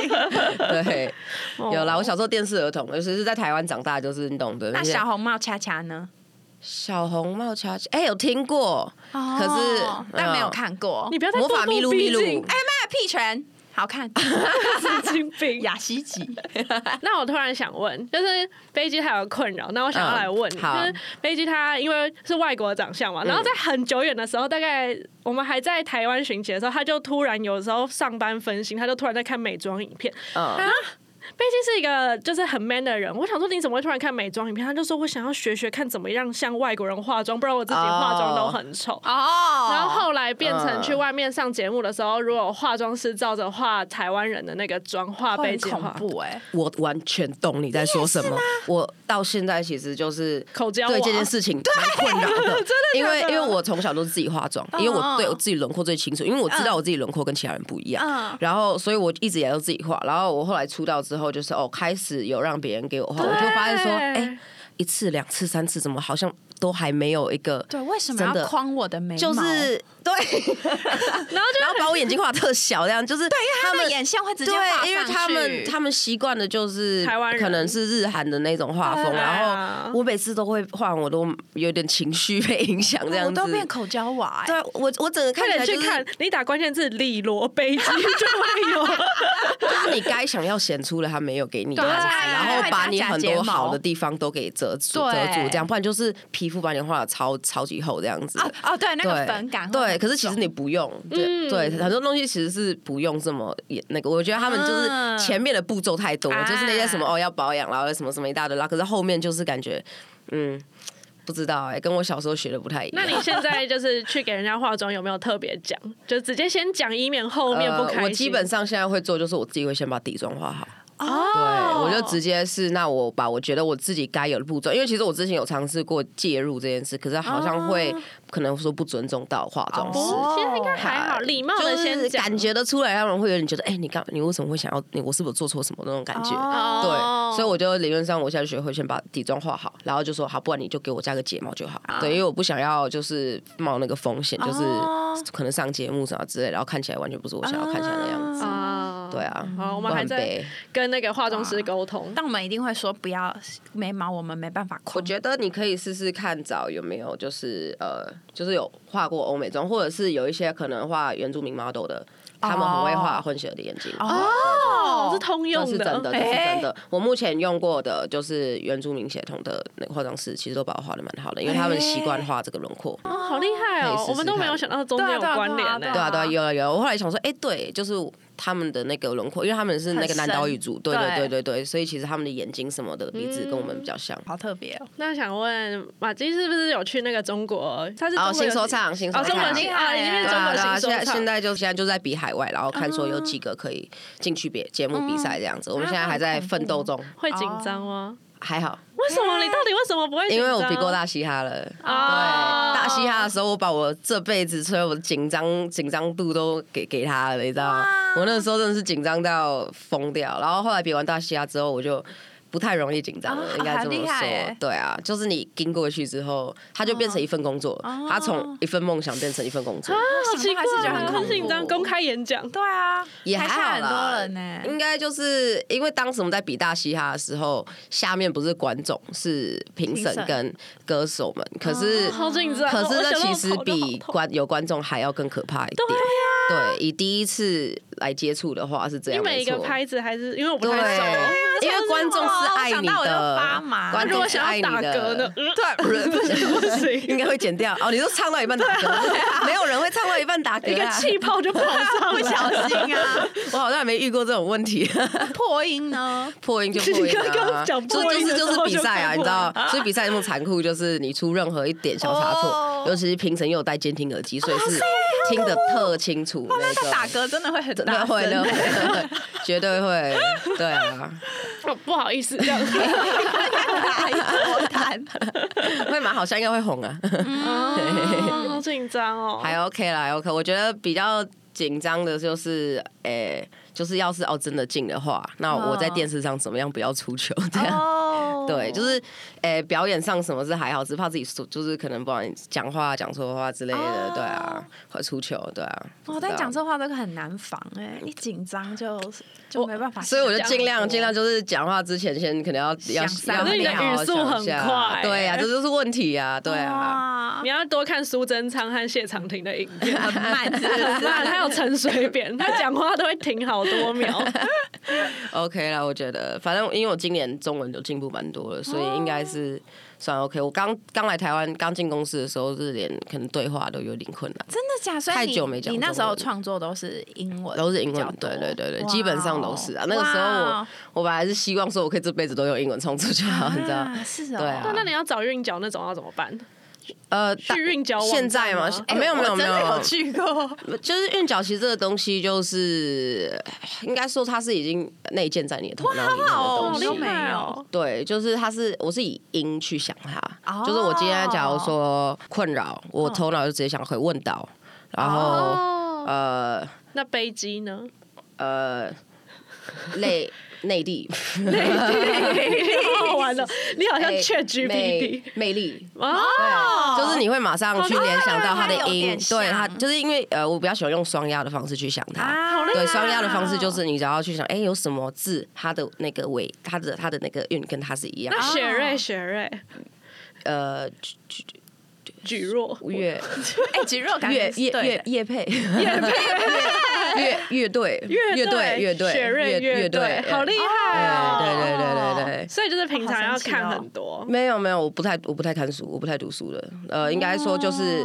[SPEAKER 1] 朵。
[SPEAKER 3] 对，
[SPEAKER 2] 哦
[SPEAKER 3] 有啦，我小时候电视儿童，尤其是在台湾长大，就是你懂得
[SPEAKER 1] 那
[SPEAKER 3] 些
[SPEAKER 1] 小红帽恰恰呢？
[SPEAKER 3] 小红帽恰恰，哎，有听过，可是嗯
[SPEAKER 1] 哦但没有，看过。
[SPEAKER 2] 你不要再
[SPEAKER 3] 魔法
[SPEAKER 2] 咄咄
[SPEAKER 3] 咪噜
[SPEAKER 2] 逼
[SPEAKER 3] 咪
[SPEAKER 2] 近
[SPEAKER 3] 噜
[SPEAKER 1] 哎，妈，屁拳好看，
[SPEAKER 2] 神经病。
[SPEAKER 1] <laughs> 雅西吉。
[SPEAKER 2] 那我突然想问，就是飞机它有困扰，那我想要来问你，
[SPEAKER 3] 嗯好嗯
[SPEAKER 2] 就是飞机它因为是外国长相嘛，然后在很久远的时候，大概我们还在台湾巡检的时候，他就突然有时候上班分心，他就突然在看美妆影片。
[SPEAKER 3] 嗯，
[SPEAKER 2] 飞机是一个就是很 man 的人，我想说你怎么会突然看美妆影片？他就说我想要学学看怎么样像外国人化妆，不然我自己化妆都很丑。
[SPEAKER 1] 哦，
[SPEAKER 2] 然后后来变成去
[SPEAKER 3] 嗯
[SPEAKER 2] 外面上节目的时候，如果化妆师照着化台湾人的那个妆化
[SPEAKER 1] 会
[SPEAKER 2] 背
[SPEAKER 1] 很
[SPEAKER 2] 景的话
[SPEAKER 1] 恐，怖哎。
[SPEAKER 3] 我完全懂你在说什么。我到现在其实就是
[SPEAKER 2] 口交
[SPEAKER 3] 对
[SPEAKER 2] 王
[SPEAKER 3] 这件事情蛮困扰的，真的，因为因为我从小都是自己化妆，因为我对我自己轮廓最清楚，因为我知道我自己轮廓跟其他人不一样
[SPEAKER 1] 嗯，
[SPEAKER 3] 然后所以我一直也都自己画，然后我后来出道之后就是哦，开始有让别人给我画，我就发现说，
[SPEAKER 2] 对
[SPEAKER 3] 哎，一次、两次、三次，怎么好像都还没有一个
[SPEAKER 1] 对，为什么
[SPEAKER 3] 真
[SPEAKER 1] 要
[SPEAKER 3] 的
[SPEAKER 1] 框我的眉毛？
[SPEAKER 3] 就是对， <laughs>
[SPEAKER 2] 然后就
[SPEAKER 3] 然后把我眼睛画特小，这样就是对，因为
[SPEAKER 1] 他们眼线会直接画
[SPEAKER 3] 对，因为
[SPEAKER 1] 上
[SPEAKER 3] 他们
[SPEAKER 1] 去
[SPEAKER 3] 他们习惯的就是
[SPEAKER 2] 台湾人
[SPEAKER 3] 可能是日韩的那种画风，
[SPEAKER 1] 对
[SPEAKER 2] 啊
[SPEAKER 3] 然后我每次都会画，我都有点情绪被影响这样
[SPEAKER 1] 哦我
[SPEAKER 3] 子。
[SPEAKER 1] 都变口交娃哎
[SPEAKER 3] 对，啊，我我整个看
[SPEAKER 2] 快点
[SPEAKER 3] 起来
[SPEAKER 2] 去
[SPEAKER 3] 就是，
[SPEAKER 2] 看，你打关键字“李罗飞机”就会有。
[SPEAKER 3] <laughs> 啊就是你该想要显出的，他没有给你这
[SPEAKER 1] 对
[SPEAKER 3] 样子，
[SPEAKER 1] 而且
[SPEAKER 3] 然
[SPEAKER 1] 还
[SPEAKER 3] 后
[SPEAKER 1] 会
[SPEAKER 3] 把
[SPEAKER 1] 加
[SPEAKER 3] 你
[SPEAKER 1] 假
[SPEAKER 3] 很
[SPEAKER 1] 睫
[SPEAKER 3] 多好
[SPEAKER 1] 毛
[SPEAKER 3] 的地方都给遮住遮
[SPEAKER 1] 对
[SPEAKER 3] 住，这样不然就是皮肤把你画的超超级厚这样子。
[SPEAKER 1] 啊哦，对，那
[SPEAKER 3] 对
[SPEAKER 1] 个粉感会
[SPEAKER 3] 对，
[SPEAKER 1] 很
[SPEAKER 3] 可是其实
[SPEAKER 1] 重
[SPEAKER 3] 你不用，对对，很多东西其实是不用这么也那个。我觉得他们就是
[SPEAKER 1] 嗯
[SPEAKER 3] 前面的步骤太多，
[SPEAKER 1] 啊
[SPEAKER 3] 就是那些什么哦要保养，然后什么什么一大堆，然后可是后面就是感觉，嗯，不知道哎，跟我小时候学的不太一
[SPEAKER 2] 那
[SPEAKER 3] 样。
[SPEAKER 2] 你现在就是去给人家化妆，有没有特别讲？就直接先讲，以免后面不开心。
[SPEAKER 3] 呃我基本上现在会做，就是我自己会先把底妆画好。对，
[SPEAKER 2] 哦
[SPEAKER 3] 我就直接是那我把我觉得我自己该有的步骤，因为其实我之前有尝试过介入这件事，可是好像会可能说不尊重到化妆师。
[SPEAKER 2] 不，哦现在应该还好，
[SPEAKER 3] 对
[SPEAKER 2] 礼貌的
[SPEAKER 3] 哦就是
[SPEAKER 2] 先讲。
[SPEAKER 3] 感觉得出来，他们会有点觉得，哎、你干，你为什么会想要你？我是不是做错什么那种感觉？
[SPEAKER 1] 哦
[SPEAKER 3] 对，所以我就理论上，我现在学会先把底妆画好，然后就说好，不然你就给我加个睫毛就好。
[SPEAKER 2] 啊
[SPEAKER 3] 对，因为我不想要就是冒那个风险，就是
[SPEAKER 1] 哦
[SPEAKER 3] 可能上节目啥之类，然后看起来完全不是我想要看起来的样子。
[SPEAKER 1] 哦
[SPEAKER 2] 啊
[SPEAKER 3] 对，啊，
[SPEAKER 2] 好，我
[SPEAKER 3] 我
[SPEAKER 2] 们还
[SPEAKER 3] 很
[SPEAKER 2] 在
[SPEAKER 3] 悲。
[SPEAKER 2] 跟那个化妆师沟通。
[SPEAKER 1] 但我们一定会说不要眉毛，我们没办法
[SPEAKER 3] 我
[SPEAKER 1] 框。
[SPEAKER 3] 觉得你可以试试看，找有没有就是呃，就是有画过欧美妆，或者是有一些可能画原住民 model 的，他们很会画混血的眼睛。
[SPEAKER 2] 哦，是通
[SPEAKER 3] 这
[SPEAKER 2] 用
[SPEAKER 3] 是真的，这是
[SPEAKER 1] 哎
[SPEAKER 3] 真的。我目前用过的就是原住民血统的那个化妆师，其实都把我画的蛮好的，因为他们习惯画这个轮廓。
[SPEAKER 2] 哦，好厉害
[SPEAKER 3] 可以
[SPEAKER 2] 哦
[SPEAKER 3] 试试！看
[SPEAKER 2] 我们都没有想到中间有
[SPEAKER 1] 对啊对啊
[SPEAKER 2] 关联
[SPEAKER 1] 对
[SPEAKER 2] 呢
[SPEAKER 3] 对。啊，对啊，有啊有啊。我后来想说，哎，对，就是他们的那个轮廓，因为他们是那个
[SPEAKER 1] 很
[SPEAKER 3] 南岛语族，对
[SPEAKER 1] 对
[SPEAKER 3] 对对对对，所以其实他们的眼睛什么的鼻子跟我们比较像。
[SPEAKER 1] 好特别哦。
[SPEAKER 2] 那想问马基是不是有去那个中国？他是中
[SPEAKER 3] 哦，
[SPEAKER 2] 国有
[SPEAKER 3] 新说唱，新说
[SPEAKER 2] 哦，中国
[SPEAKER 1] 很。
[SPEAKER 3] 唱
[SPEAKER 2] 新
[SPEAKER 1] 厉
[SPEAKER 2] 啊，
[SPEAKER 1] 害
[SPEAKER 2] 已经
[SPEAKER 1] 耶
[SPEAKER 2] 是
[SPEAKER 3] 对
[SPEAKER 2] 中
[SPEAKER 3] 啊，
[SPEAKER 2] 国
[SPEAKER 3] 对啊，
[SPEAKER 2] 新
[SPEAKER 3] 现
[SPEAKER 2] 说
[SPEAKER 3] 在现
[SPEAKER 2] 唱。
[SPEAKER 3] 在就现在就在比海外，然后看说有几个可以进去别节目比赛这样子。我们现在还在奋斗中，
[SPEAKER 2] 会哦啊紧张吗？
[SPEAKER 3] 还好，
[SPEAKER 2] 为什么你到底为什么不会紧
[SPEAKER 3] 哦因
[SPEAKER 2] 张？
[SPEAKER 3] 为我比过大嘻哈了。
[SPEAKER 2] 哦
[SPEAKER 3] 对，大嘻哈的时候，我把我这辈子所有的紧张紧张度都给给他了，你知道吗？我那时候真的是紧张到疯掉，然后后来比完大嘻哈之后，我就。不太容易紧张了
[SPEAKER 1] 哦，
[SPEAKER 3] 应该
[SPEAKER 1] 很
[SPEAKER 3] 这么
[SPEAKER 1] 厉害耶
[SPEAKER 3] 说。对啊，就是你跟过去之后，它就变成一份工作，它
[SPEAKER 1] 哦
[SPEAKER 3] 从一份梦想变成一份工作。
[SPEAKER 2] 啊，好奇怪，
[SPEAKER 1] 还是觉得很恐怖
[SPEAKER 2] 紧张，公哦开演
[SPEAKER 3] 嗯
[SPEAKER 2] 讲。
[SPEAKER 1] 对啊，
[SPEAKER 3] 也
[SPEAKER 1] 还嗯
[SPEAKER 3] 还
[SPEAKER 1] 看
[SPEAKER 3] 好
[SPEAKER 1] 很多
[SPEAKER 3] 啦，
[SPEAKER 1] 人呢。
[SPEAKER 3] 应该就是因为当时我们在比大嘻哈的时候，下面不是观众是评
[SPEAKER 1] 评
[SPEAKER 3] 审
[SPEAKER 1] 审
[SPEAKER 3] 跟歌手们，可是、
[SPEAKER 2] 好紧张哦，
[SPEAKER 3] 可是
[SPEAKER 2] 我
[SPEAKER 3] 这
[SPEAKER 2] 想到
[SPEAKER 3] 其
[SPEAKER 2] 我
[SPEAKER 3] 实
[SPEAKER 2] 头都
[SPEAKER 3] 比
[SPEAKER 2] 好痛啊
[SPEAKER 3] 观有观众还要更可怕一点。对以第一次来接触的话是这
[SPEAKER 2] 你
[SPEAKER 3] 样，
[SPEAKER 2] 每一
[SPEAKER 3] 没
[SPEAKER 2] 个
[SPEAKER 3] 错。
[SPEAKER 2] 拍子还是因为我不
[SPEAKER 3] 对
[SPEAKER 2] 太熟，，啊
[SPEAKER 3] 因为观
[SPEAKER 2] 哦
[SPEAKER 3] 众是爱
[SPEAKER 1] 我想
[SPEAKER 3] 你
[SPEAKER 1] 到我就
[SPEAKER 3] 的
[SPEAKER 1] 发麻，
[SPEAKER 3] 观
[SPEAKER 2] 如果
[SPEAKER 3] 众是
[SPEAKER 2] 想
[SPEAKER 3] 爱
[SPEAKER 2] 要
[SPEAKER 3] 你
[SPEAKER 2] 打嗝呢 <laughs>
[SPEAKER 3] 的，，
[SPEAKER 2] 嗯
[SPEAKER 3] 对，不行
[SPEAKER 2] 不行
[SPEAKER 3] <laughs> 应该会剪掉哦。你说唱到一半打 <laughs> 嗝，没有人会唱到一半打嗝
[SPEAKER 2] <laughs> 啊
[SPEAKER 3] 啊，
[SPEAKER 2] 一个气泡就跑
[SPEAKER 1] <laughs>
[SPEAKER 2] 上
[SPEAKER 1] 不
[SPEAKER 2] 来。
[SPEAKER 1] 小心
[SPEAKER 3] <laughs>
[SPEAKER 1] 啊，
[SPEAKER 3] 我好像也没遇过这种问题。啊
[SPEAKER 1] 破音呢？
[SPEAKER 3] <laughs> 破音就破音、啊，
[SPEAKER 2] 你刚刚讲破音
[SPEAKER 3] 就
[SPEAKER 2] 的
[SPEAKER 3] 是
[SPEAKER 2] 时
[SPEAKER 3] 就
[SPEAKER 2] 候
[SPEAKER 3] 是比赛啊，
[SPEAKER 2] 就
[SPEAKER 3] 你
[SPEAKER 2] 破
[SPEAKER 3] 知道
[SPEAKER 2] 了，
[SPEAKER 3] 所以比赛那么残酷，就是你出任何一点小差错，
[SPEAKER 1] 哦
[SPEAKER 3] 尤其是评审又有戴监听耳
[SPEAKER 2] 啊
[SPEAKER 3] 机，所以
[SPEAKER 2] 哦
[SPEAKER 3] 是听得特清楚
[SPEAKER 1] 哇，那
[SPEAKER 3] 那
[SPEAKER 1] 他
[SPEAKER 3] 个。
[SPEAKER 1] 打嗝真的会很
[SPEAKER 3] 那
[SPEAKER 1] 大
[SPEAKER 3] 会的，
[SPEAKER 1] 声
[SPEAKER 3] 会的，会 <laughs> 的绝对会，对啊，
[SPEAKER 2] 哦 <laughs> 不好意思，这样。
[SPEAKER 1] 打一波 <laughs> 弹。
[SPEAKER 3] 会蛮好笑，应该会红啊，
[SPEAKER 2] <laughs> 哦好紧张
[SPEAKER 1] 啊
[SPEAKER 2] 哦。
[SPEAKER 3] 还 OK 啦还，OK。我觉得比较紧张的就是，诶、就是要是哦真的进的话，那我在
[SPEAKER 1] 嗯
[SPEAKER 3] 电视上怎么样不要出糗这样。
[SPEAKER 1] 哦
[SPEAKER 3] 对，就是诶、表演上什么是还好，只怕自己说就是可能不管讲话讲错话之类的，
[SPEAKER 1] 哦
[SPEAKER 3] 对啊，会出糗，对啊。
[SPEAKER 1] 我
[SPEAKER 3] 不知
[SPEAKER 1] 在
[SPEAKER 3] 道
[SPEAKER 1] 讲，这话都很难防哎，一紧张就就没办法。
[SPEAKER 3] 所以我就
[SPEAKER 2] 讲
[SPEAKER 3] 尽量
[SPEAKER 2] 过
[SPEAKER 3] 尽量就是讲话之前先可能要
[SPEAKER 1] 想
[SPEAKER 3] 要
[SPEAKER 1] 哦三
[SPEAKER 3] 要
[SPEAKER 1] 可是你的
[SPEAKER 3] 好好
[SPEAKER 2] 语速
[SPEAKER 3] 想一
[SPEAKER 2] 很
[SPEAKER 3] 下
[SPEAKER 2] 快
[SPEAKER 3] 对啊，这就是问题啊，对啊。
[SPEAKER 1] 哇
[SPEAKER 2] 你要多看苏贞昌和谢长廷的影片。啊
[SPEAKER 1] 很慢，是不 <laughs> 是
[SPEAKER 2] <laughs> 很慢，他有沉水扁，他讲话都会停好多 <laughs> 秒。
[SPEAKER 3] OK 啦，我觉得反正因为我今年中文就进步蛮多了，所以应该是算
[SPEAKER 1] 哦
[SPEAKER 3] OK。我刚刚来台湾刚进公司的时候，是连可能对话都有点困难。
[SPEAKER 1] 真的假？所以
[SPEAKER 3] 太
[SPEAKER 1] 你
[SPEAKER 3] 久没讲
[SPEAKER 1] 你那
[SPEAKER 3] 中
[SPEAKER 1] 时候
[SPEAKER 3] 文
[SPEAKER 1] 创作都是英文，
[SPEAKER 3] 都是英
[SPEAKER 1] 比较
[SPEAKER 3] 文，
[SPEAKER 1] 多
[SPEAKER 3] 对对对对，
[SPEAKER 1] 哇
[SPEAKER 3] 基本上都是啊。那个时候
[SPEAKER 1] 哇
[SPEAKER 2] 哦
[SPEAKER 3] 我我本来是希望说我可以这辈子都用英文冲出去，啊、你知道？
[SPEAKER 1] 啊是哦，
[SPEAKER 3] 对啊
[SPEAKER 2] 那你要找韵脚那种要怎么办？
[SPEAKER 3] 呃，
[SPEAKER 2] 去韵脚网站
[SPEAKER 3] 现在吗
[SPEAKER 2] 吗？？哦哎
[SPEAKER 3] 啊没有没有
[SPEAKER 1] 我
[SPEAKER 3] 没
[SPEAKER 1] 真的
[SPEAKER 3] 有
[SPEAKER 1] 有，去过，
[SPEAKER 3] 就是韵脚其实这个东西就是应该说它是已经内建在你的头脑里面的
[SPEAKER 1] 好
[SPEAKER 3] 东
[SPEAKER 1] 厉
[SPEAKER 3] 西。
[SPEAKER 1] 害没有
[SPEAKER 2] 哦
[SPEAKER 3] 对，就是它是我是以音去想它
[SPEAKER 1] 哦
[SPEAKER 3] 就是我今天假如说困扰，我头脑就直接想回问到，然后、
[SPEAKER 2] 哦，
[SPEAKER 3] 呃
[SPEAKER 2] 那背肌 <laughs> 呢？
[SPEAKER 3] 呃内内地。
[SPEAKER 2] <laughs> 好好玩哦！你好像
[SPEAKER 3] 美
[SPEAKER 2] Chat GPT
[SPEAKER 3] 美魅力。
[SPEAKER 2] 哦，
[SPEAKER 3] 对，就是你会马上去联想到它的
[SPEAKER 1] 哦它有
[SPEAKER 3] 音
[SPEAKER 1] 点，像
[SPEAKER 3] 对它就是因为呃，我比较喜欢用双压的方式去想它。
[SPEAKER 1] 啊
[SPEAKER 3] 对，双压的方式就是你只要去想，哎，有什么字，它的那个尾，它的它的那个韵跟它是一样
[SPEAKER 2] 那。雪
[SPEAKER 1] 哦
[SPEAKER 2] 瑞雪瑞
[SPEAKER 3] 呃，
[SPEAKER 2] 举弱
[SPEAKER 3] 乐
[SPEAKER 2] 哦
[SPEAKER 1] 哎，肌肉感
[SPEAKER 3] 乐
[SPEAKER 1] 觉
[SPEAKER 3] 乐乐乐配，乐配乐乐队
[SPEAKER 2] 乐
[SPEAKER 3] 队乐队
[SPEAKER 2] 雪瑞
[SPEAKER 3] 乐
[SPEAKER 2] 乐
[SPEAKER 3] 队哎
[SPEAKER 2] 队，，好厉
[SPEAKER 3] 对
[SPEAKER 4] 啊
[SPEAKER 2] 害哦！
[SPEAKER 3] 对对对对对。
[SPEAKER 2] 所以就是平常
[SPEAKER 1] 好
[SPEAKER 2] 要
[SPEAKER 1] 神奇哦
[SPEAKER 2] 看很多，
[SPEAKER 3] 没有没有，我不太我不太看书，我不太读书的。呃，应该说
[SPEAKER 1] 哦
[SPEAKER 3] 就是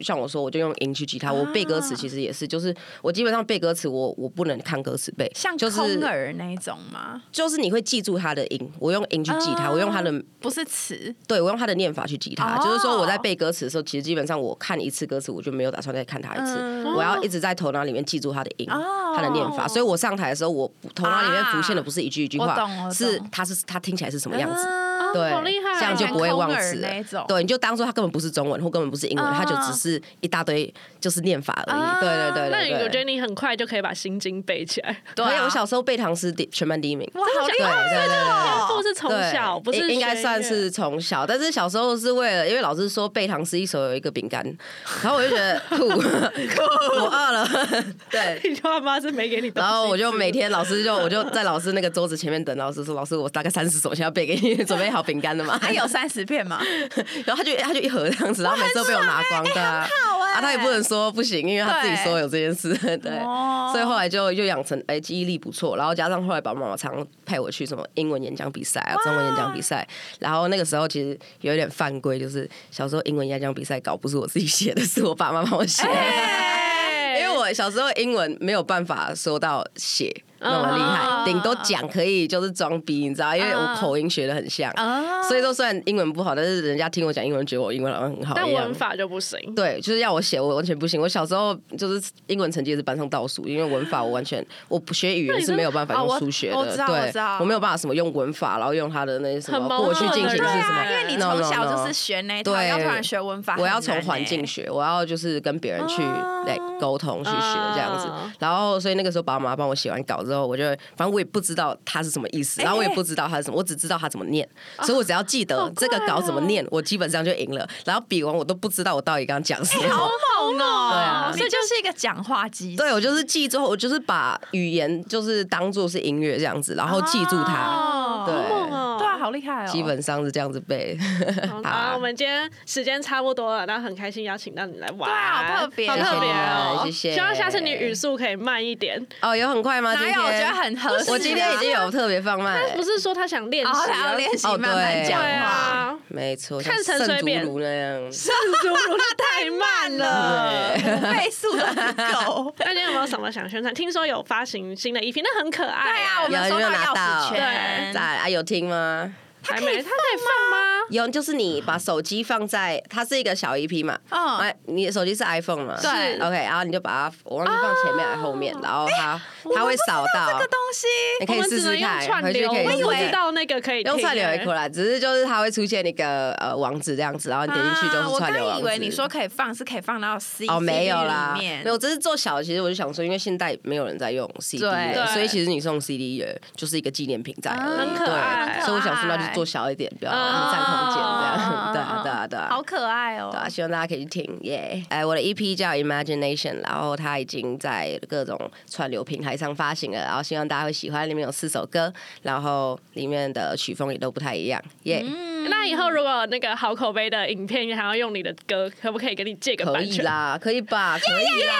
[SPEAKER 3] 像我说，我就用音去记它。我背
[SPEAKER 1] 啊
[SPEAKER 3] 歌词其实也是，就是我基本上背歌词，我我不能看歌词背，
[SPEAKER 1] 像
[SPEAKER 3] 就
[SPEAKER 1] 空
[SPEAKER 3] 是
[SPEAKER 1] 耳那一种吗？
[SPEAKER 3] 就是你会记住它的音，我用音去记它，
[SPEAKER 1] 啊
[SPEAKER 3] 我用它的
[SPEAKER 1] 不是词
[SPEAKER 3] 对我用它的念法去记它。
[SPEAKER 1] 哦
[SPEAKER 3] 就是说我在背歌词的时候，其实基本上我看一次歌词，我就没有打算再看它一次，
[SPEAKER 1] 嗯
[SPEAKER 3] 我要一直在头脑里面记住它的音，
[SPEAKER 1] 哦
[SPEAKER 3] 它的念法。所以我上台的时候，我头脑里面浮现的不是一句一句话，
[SPEAKER 1] 啊我懂我懂
[SPEAKER 3] 是它是它听起来是什么样子。
[SPEAKER 1] 啊
[SPEAKER 3] 对，
[SPEAKER 2] 哦好厉害
[SPEAKER 3] 这样就不会忘词了
[SPEAKER 1] 像空耳那一种
[SPEAKER 3] 对，你就当做它根本不是中文或根本不是英文，
[SPEAKER 1] 啊
[SPEAKER 3] 它就只是一大堆就是念法而
[SPEAKER 1] 啊
[SPEAKER 3] 已。对对
[SPEAKER 2] 那
[SPEAKER 3] 对
[SPEAKER 2] 你我
[SPEAKER 3] 对
[SPEAKER 2] 觉得
[SPEAKER 3] 对。
[SPEAKER 2] 你很快就可以把心经背起来。
[SPEAKER 1] 对
[SPEAKER 3] 而且
[SPEAKER 1] 啊，
[SPEAKER 3] 我小时候背唐诗第全班第一名。
[SPEAKER 1] 哇，好厉
[SPEAKER 3] 对
[SPEAKER 1] 害
[SPEAKER 3] 对对对。
[SPEAKER 2] 天赋是哦从
[SPEAKER 3] 对
[SPEAKER 2] 小，不
[SPEAKER 3] 应
[SPEAKER 2] 是
[SPEAKER 3] 应该
[SPEAKER 2] 学
[SPEAKER 3] 算
[SPEAKER 2] 院
[SPEAKER 3] 是从小，但是小时候是为了，因为老师说背唐诗一首有一个饼干，然后我就觉得
[SPEAKER 2] <laughs>
[SPEAKER 3] 酷，我饿了，对，
[SPEAKER 2] 你爸妈是没给你东
[SPEAKER 3] 然
[SPEAKER 2] 西吃，
[SPEAKER 3] 后我
[SPEAKER 4] <laughs>
[SPEAKER 3] 就每天老师就我就在老师那个桌子前面等老师说，老师我大概三十首现在背给你，准备好饼干了吗？
[SPEAKER 2] 哎
[SPEAKER 1] 他有三十片
[SPEAKER 3] <laughs>
[SPEAKER 1] 吗？
[SPEAKER 3] 然后他就他就一盒这样子，然后每次都被我拿光，对啊，啊他也不能说不行，因为他自己说有这件事， <laughs> 对
[SPEAKER 1] 哦，
[SPEAKER 3] 所以后来就又养成哎记忆力不错，然后加上后来爸爸妈妈常派我去什么英文演讲比赛啊、中文演讲比赛，然后那个时候其实有一点犯规， <laughs> 就是小时候英文演讲比赛稿不是我自己写的，是我爸妈帮我写的。
[SPEAKER 2] 哎
[SPEAKER 3] 因为我有小时候英文没有办法说到写那么厉害，
[SPEAKER 2] 嗯
[SPEAKER 3] 顶多讲可以就是装逼，你知道，因为我口音学的很像，
[SPEAKER 2] 啊，
[SPEAKER 3] 所以说虽然英文不好，但是人家听我讲英文，觉得我英文好像很好
[SPEAKER 4] 但
[SPEAKER 3] 一样
[SPEAKER 4] 文。法就不行。
[SPEAKER 3] 对，就是要我写，我完全不行。我小时候就是英文成绩也是班上倒数，因为文法我完全我不学语言是没有办法
[SPEAKER 2] 那你真的
[SPEAKER 3] 用数学
[SPEAKER 2] 哦我我
[SPEAKER 3] 的，
[SPEAKER 2] 知道我知
[SPEAKER 3] 对
[SPEAKER 2] 道，
[SPEAKER 3] 我没有办法什么用文法，然后用他的那些什么
[SPEAKER 4] 很矛
[SPEAKER 3] 过去
[SPEAKER 4] 盾
[SPEAKER 3] 进行
[SPEAKER 4] 的
[SPEAKER 3] 式
[SPEAKER 2] 对
[SPEAKER 4] 人
[SPEAKER 3] 什么
[SPEAKER 2] 啊，因为你
[SPEAKER 3] no,
[SPEAKER 2] 从
[SPEAKER 3] no,
[SPEAKER 2] 小
[SPEAKER 3] no
[SPEAKER 2] 就是学那一套，
[SPEAKER 3] 对
[SPEAKER 2] 要突然学文法很
[SPEAKER 3] 我
[SPEAKER 2] 难欸，啊
[SPEAKER 3] 要从环境学，我要就是跟别人去
[SPEAKER 4] 哦
[SPEAKER 3] 来沟通去学这样子
[SPEAKER 4] 嗯。
[SPEAKER 3] 然后，所以那个时候爸妈帮我写完稿之后，我就会反正我也不知道它是什么意思，然后我
[SPEAKER 2] 哎
[SPEAKER 3] 也不知道它是什么，我只知道它怎么念，所以我只要记
[SPEAKER 2] 啊
[SPEAKER 4] 好
[SPEAKER 3] 得
[SPEAKER 4] 快
[SPEAKER 3] 这个
[SPEAKER 2] 哦
[SPEAKER 3] 稿怎么念，我基本上就赢了。然后比完我都不知道我到底刚刚讲什么。
[SPEAKER 2] 哎好猛哦，
[SPEAKER 3] 对啊
[SPEAKER 2] 所以就是一个讲话机，
[SPEAKER 3] 对，我就是记之后，我就是把语言就是当做是音乐这样子，然后记住它，
[SPEAKER 2] 哦
[SPEAKER 3] 对
[SPEAKER 4] 好猛哦
[SPEAKER 2] 对啊，好厉害哦，
[SPEAKER 3] 基本上是这样子背。
[SPEAKER 4] 好
[SPEAKER 3] <laughs> 好啊
[SPEAKER 4] 啦，我们今天时间差不多了，然后很开心邀请到你来玩，
[SPEAKER 2] 对啊好特别
[SPEAKER 4] 好特别哦，
[SPEAKER 3] 谢谢
[SPEAKER 4] 希望下次你语速可以慢一点。
[SPEAKER 3] 哦，有很快吗？今
[SPEAKER 2] 哪
[SPEAKER 3] 天
[SPEAKER 2] 有？我觉得很合适啊。
[SPEAKER 3] 我今天已经有特别放慢了
[SPEAKER 4] 不。是说他想练习
[SPEAKER 2] 哦，
[SPEAKER 4] 啊，
[SPEAKER 2] 还要练习
[SPEAKER 3] 哦
[SPEAKER 2] 慢慢
[SPEAKER 3] 对
[SPEAKER 2] 讲
[SPEAKER 4] 对
[SPEAKER 2] 话。
[SPEAKER 4] 啊，
[SPEAKER 3] 没错，
[SPEAKER 4] 看
[SPEAKER 3] 像
[SPEAKER 4] 陈水
[SPEAKER 3] 圣
[SPEAKER 4] 扁
[SPEAKER 3] 竹如那样。
[SPEAKER 4] 圣祖如那太慢了。。
[SPEAKER 2] 五倍速的狗
[SPEAKER 4] 那今天有没有什么想宣传？听说有发行新的 EP，那很可爱。
[SPEAKER 2] <laughs>
[SPEAKER 1] <laughs>
[SPEAKER 2] 对啊，我
[SPEAKER 3] 有
[SPEAKER 2] 们收
[SPEAKER 3] 有
[SPEAKER 2] 到
[SPEAKER 3] 拿
[SPEAKER 2] 钥匙
[SPEAKER 3] 到
[SPEAKER 2] 圈，
[SPEAKER 3] 在啊，有听吗？
[SPEAKER 4] 还没，他可以放吗？
[SPEAKER 3] 有，就是你把手机放在，它是一个小 EP 嘛，
[SPEAKER 4] 哦
[SPEAKER 2] 嗯
[SPEAKER 3] 哎，你的手机是 iPhone 嘛？
[SPEAKER 2] 对是
[SPEAKER 3] ，OK，然后你就把它，我忘记放前面还是后面，
[SPEAKER 4] 哦
[SPEAKER 3] 然后
[SPEAKER 4] 哎
[SPEAKER 3] 它它会扫
[SPEAKER 2] 这
[SPEAKER 3] 到
[SPEAKER 2] 个，东西
[SPEAKER 3] 你
[SPEAKER 4] 我
[SPEAKER 3] 可以
[SPEAKER 4] 们
[SPEAKER 3] 试
[SPEAKER 4] 只能
[SPEAKER 3] 试
[SPEAKER 4] 用
[SPEAKER 3] 看，
[SPEAKER 4] 串
[SPEAKER 3] 回去
[SPEAKER 4] 流，
[SPEAKER 3] 可以
[SPEAKER 4] 我
[SPEAKER 3] 试
[SPEAKER 4] 也
[SPEAKER 3] 试
[SPEAKER 4] 不
[SPEAKER 3] 看
[SPEAKER 4] 知道那个可以听
[SPEAKER 3] 用串流也
[SPEAKER 4] 欸
[SPEAKER 3] 可以啦，只是就是它会出现那个呃网址这样子，然后
[SPEAKER 1] 哎
[SPEAKER 3] 你点进
[SPEAKER 4] 啊
[SPEAKER 3] 去就是
[SPEAKER 2] 啊我
[SPEAKER 3] 串
[SPEAKER 2] 刚
[SPEAKER 3] 流网
[SPEAKER 2] 以
[SPEAKER 1] 啊
[SPEAKER 3] 址。
[SPEAKER 2] 为你说可以放，是可以放到 C
[SPEAKER 3] 哦，没有啦，
[SPEAKER 2] 里
[SPEAKER 3] 没
[SPEAKER 2] 面
[SPEAKER 3] 有，我只是做小。其实我就想说，因为现在没有人在用 CD
[SPEAKER 2] 对
[SPEAKER 3] 了，所以
[SPEAKER 4] 对
[SPEAKER 3] 其实你送 CD 也就是一个纪念品在而已，
[SPEAKER 2] 啊很
[SPEAKER 4] 可爱
[SPEAKER 3] 对，所以我想说，那就做小一点，不要
[SPEAKER 4] 嗯
[SPEAKER 3] 占空间这
[SPEAKER 2] 嗯
[SPEAKER 3] 样。 <laughs> 对啊，对啊，对啊
[SPEAKER 2] 好。可爱哦
[SPEAKER 3] 对。啊，希望大家可以去听耶！哎、我的 EP 叫 Imagination，然后它已经在各种串流平台上发行了，然后希望大家会喜欢。里面有四首歌，然后里面的曲风也都不太一样耶。
[SPEAKER 2] 嗯
[SPEAKER 4] 那以后如果那个好口碑的影片想要用你的歌，可不可以给你借个
[SPEAKER 3] 可
[SPEAKER 4] 版
[SPEAKER 3] 以
[SPEAKER 4] 权？
[SPEAKER 3] 啦，可以吧？可以啦。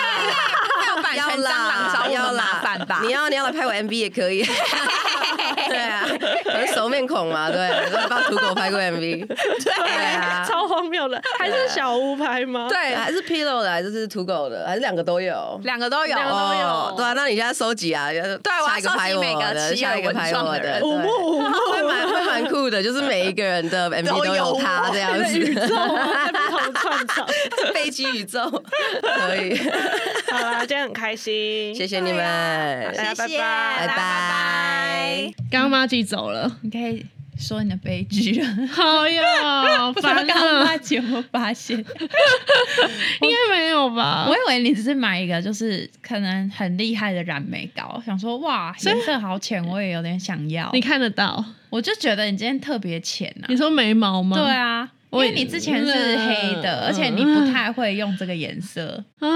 [SPEAKER 2] 还有版
[SPEAKER 3] 要
[SPEAKER 2] 权蟑螂找
[SPEAKER 3] 啦，
[SPEAKER 2] 我
[SPEAKER 3] 要
[SPEAKER 2] 们麻
[SPEAKER 3] 啦，
[SPEAKER 2] 烦吧
[SPEAKER 3] 你。要你要来拍我 MV
[SPEAKER 2] <laughs>
[SPEAKER 3] 也可以，对啊，我是熟面孔嘛，对，啊我帮土狗拍过 MV，对啊，
[SPEAKER 4] 超荒谬的，还是小屋拍吗？
[SPEAKER 3] 对，还是 Pillow 的，还是土狗的，还是两个都有。
[SPEAKER 2] 两个都有
[SPEAKER 4] 两个都有
[SPEAKER 3] 哦对啊，那你现在收集啊？对，
[SPEAKER 2] 我要
[SPEAKER 3] 下一个
[SPEAKER 2] 收集
[SPEAKER 3] 拍我
[SPEAKER 2] 每个
[SPEAKER 3] 的，
[SPEAKER 2] 七
[SPEAKER 3] 下一
[SPEAKER 2] 有
[SPEAKER 3] 个
[SPEAKER 2] 文
[SPEAKER 3] 拍
[SPEAKER 2] 创
[SPEAKER 3] 我
[SPEAKER 2] 的
[SPEAKER 3] 的，
[SPEAKER 2] 人
[SPEAKER 4] 五
[SPEAKER 3] 对
[SPEAKER 4] 幕五幕
[SPEAKER 3] 会蛮会蛮酷的，就是每一个人
[SPEAKER 2] <laughs>
[SPEAKER 3] 的 MV 都有他这样
[SPEAKER 4] 的宇宙
[SPEAKER 3] 子，
[SPEAKER 4] 在不同创造。
[SPEAKER 3] <laughs> 飞机宇宙可以，
[SPEAKER 4] 好啦，今天很开心，
[SPEAKER 3] 谢谢你们，
[SPEAKER 4] 大家拜
[SPEAKER 2] 谢谢大家
[SPEAKER 4] 拜
[SPEAKER 2] 拜拜。
[SPEAKER 4] 刚刚妈记走了，
[SPEAKER 1] 你可以说你的悲剧了。
[SPEAKER 4] <laughs> 好呀，
[SPEAKER 1] 刚刚八九八现，
[SPEAKER 4] 应该没有吧
[SPEAKER 1] 我？以为你只是买一个，就是可能很厉害的染眉膏，想说哇，颜色好浅，我也有点想要。
[SPEAKER 4] 你看得到？
[SPEAKER 1] 我就觉得你今天特别浅啊
[SPEAKER 4] 你。说眉毛吗？
[SPEAKER 1] 对啊，因
[SPEAKER 4] 我
[SPEAKER 1] 为你之前是黑的，
[SPEAKER 4] 嗯
[SPEAKER 1] 而且你不太会用这个颜色。
[SPEAKER 4] 啊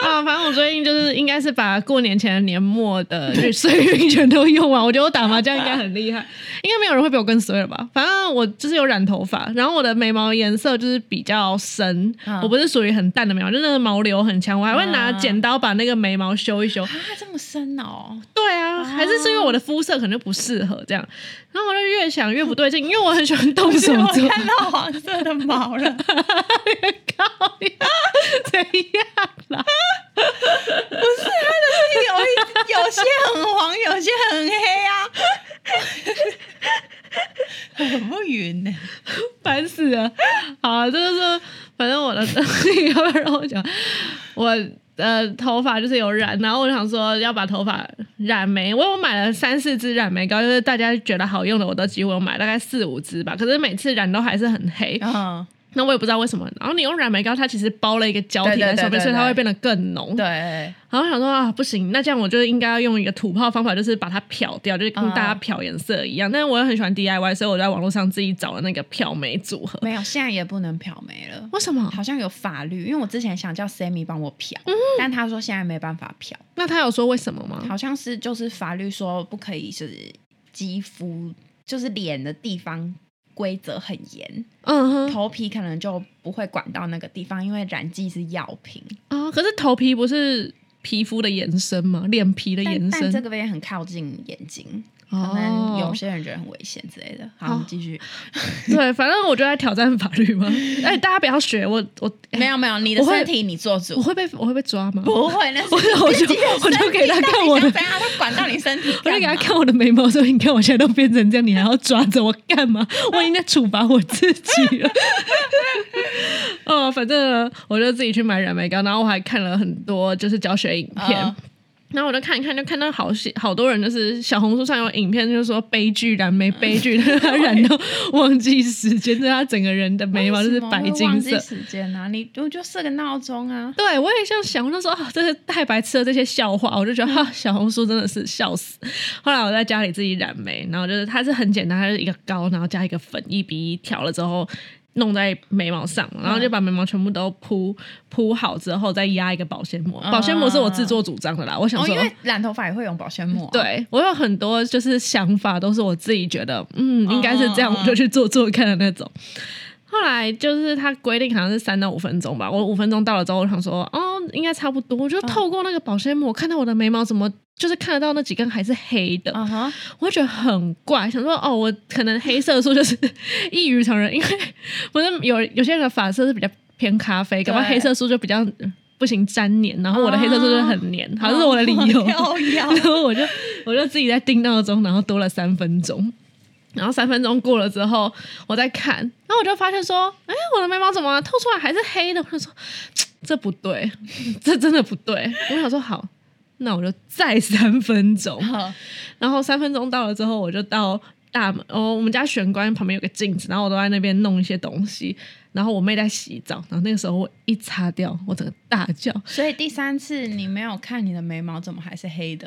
[SPEAKER 4] 啊！反正我最近就是应该是把过年前的年末的日岁运全都用完。我觉得我打麻将应该很厉 <laughs> 害，应该没有人会比我更衰了吧？反正我就是有染头发，然后我的眉毛颜色就是比较深，
[SPEAKER 1] 嗯
[SPEAKER 4] 我不是属于很淡的眉毛，就是那个毛流很强，我还会拿剪刀把那个眉毛修一修
[SPEAKER 1] 啊。，这么深哦！
[SPEAKER 4] 对啊，还是是因为我的肤色可能就不适合这样。然后我就越想越不对劲，因 <laughs> 为我很喜欢动手
[SPEAKER 1] 我
[SPEAKER 4] <laughs> 做。
[SPEAKER 1] 看到黄色的毛了，
[SPEAKER 4] 靠呀，怎样啦？
[SPEAKER 1] 有一有些很黄，有些很黑啊，很不匀呢、
[SPEAKER 4] 烦死了！好、啊，这就是反正我的，呃你要不要让我讲？我呃头发就是有染，然后我想说要把头发染眉，我有买了三四支染眉膏，就是大家觉得好用的我都几乎有买，大概四五支吧。可是每次染都还是很黑， <laughs>
[SPEAKER 1] 嗯，
[SPEAKER 4] 那我也不知道为什么。然后你用染眉膏，它其实包了一个胶体在
[SPEAKER 1] 对对对
[SPEAKER 4] 上面，
[SPEAKER 1] 对
[SPEAKER 4] 所以它会变得更浓。
[SPEAKER 1] 嗯对，
[SPEAKER 4] 然后我想说啊，不行，那这样我就应该要用一个土炮方法，就是把它漂掉，就是跟
[SPEAKER 1] 嗯
[SPEAKER 4] 大家漂颜色一样。但是我又很喜欢 DIY，所以我在网络上自己找了那个漂眉组合。
[SPEAKER 1] 没有，现在也不能漂眉了。
[SPEAKER 4] 为什么？
[SPEAKER 1] 好像有法律，因为我之前想叫 Sammy 帮我漂，
[SPEAKER 4] 嗯
[SPEAKER 1] 但他说现在没办法漂，
[SPEAKER 4] 那他有说为什么吗？
[SPEAKER 1] 好像是就是法律说不可以是肌肤，就是脸的地方规则很严，
[SPEAKER 4] 嗯哼，
[SPEAKER 1] 头皮可能就不会管到那个地方，因为染剂是药品。
[SPEAKER 4] 哦啊、可是头皮不是皮肤的延伸嘛，脸皮的
[SPEAKER 1] 但
[SPEAKER 4] 延
[SPEAKER 1] 但
[SPEAKER 4] 伸。
[SPEAKER 1] 这个也很靠近眼睛，可能
[SPEAKER 4] 哦
[SPEAKER 1] 有些人觉得很危险之类的。好，
[SPEAKER 4] 哦
[SPEAKER 1] 我们继续。
[SPEAKER 4] 对，反正我就在挑战法
[SPEAKER 1] <laughs>
[SPEAKER 4] 律嘛。哎，大家不要学我，我
[SPEAKER 1] 哎没有没有，你的
[SPEAKER 4] 我会
[SPEAKER 1] 身体你做主
[SPEAKER 4] 我，会被我会被抓吗？
[SPEAKER 1] 不会，那是
[SPEAKER 4] 我就我就
[SPEAKER 1] 自己的身体
[SPEAKER 4] 我就给他
[SPEAKER 1] 到底
[SPEAKER 4] 看我的
[SPEAKER 1] 想怎样，他管到你身体干嘛，
[SPEAKER 4] <laughs> 我就给他看我的眉毛，说：“你看我现在都变成这样，你还要抓着我干
[SPEAKER 1] <laughs>
[SPEAKER 4] 嘛？我已经在处罚我自己了。” <laughs> 哦，反正呢我就自己去买染眉膏，然后我还看了很多就是教学影片。
[SPEAKER 1] 嗯
[SPEAKER 4] 然后我就看一看，就看到好些好多人，就是小红书上有影片，就是说悲剧染眉，悲剧 <laughs> 他染到忘记时间，就是他整个人的眉毛就是白
[SPEAKER 1] 哦为什么会
[SPEAKER 4] 金
[SPEAKER 1] 忘
[SPEAKER 4] 色
[SPEAKER 1] 记。时间啊，你我就设个闹钟啊。
[SPEAKER 4] 对，我也像想，我那时候啊，真是太白痴了这些笑话，我就觉得哈、小红书真的是笑死。后来我在家里自己染眉，然后就是它是很简单，它就是一个膏，然后加一个粉，一比一调了之后。弄在眉毛上，然后就把眉毛全部都铺铺好之后，再压一个保鲜膜。保鲜膜是我自作主张的啦，我想
[SPEAKER 1] 哦，
[SPEAKER 4] 说，
[SPEAKER 1] 因为染头发也会用保鲜膜啊，
[SPEAKER 4] 对我有很多就是想法，都是我自己觉得，嗯，应该是这样，
[SPEAKER 1] 嗯嗯嗯
[SPEAKER 4] 我就去做做看的那种。后来就是他规定好像是三到五分钟吧，我五分钟到了之后，我想说，哦，应该差不多。我就透过那个保鲜膜看到我的眉毛怎么，就是看得到那几根还是黑的，
[SPEAKER 1] 嗯哼，
[SPEAKER 4] 我就觉得很怪，想说，哦，我可能黑色素就是异于常人，因为我的有有些人的发色是比较偏咖啡，搞不好
[SPEAKER 1] 对
[SPEAKER 4] 黑色素就比较呃不行粘黏，然后我的黑色素就是很黏， <laughs> 好，这是我的理由。
[SPEAKER 1] 跳跃
[SPEAKER 4] <laughs> 然后我就我就自己在定闹钟，然后多了三分钟。然后三分钟过了之后，我再看，然后我就发现说，哎，我的眉毛怎么透出来还是黑的？我就说，嘖这不对， <laughs> 这真的不对。我想说，好，那我就再三分钟。
[SPEAKER 1] 好
[SPEAKER 4] 然后三分钟到了之后，我就到大门，哦，我们家玄关旁边有个镜子，然后我都在那边弄一些东西。然后我妹在洗澡，然后那个时候我一擦掉，我整个大叫，
[SPEAKER 1] 所以第三次你没有看你的眉毛怎么还是黑的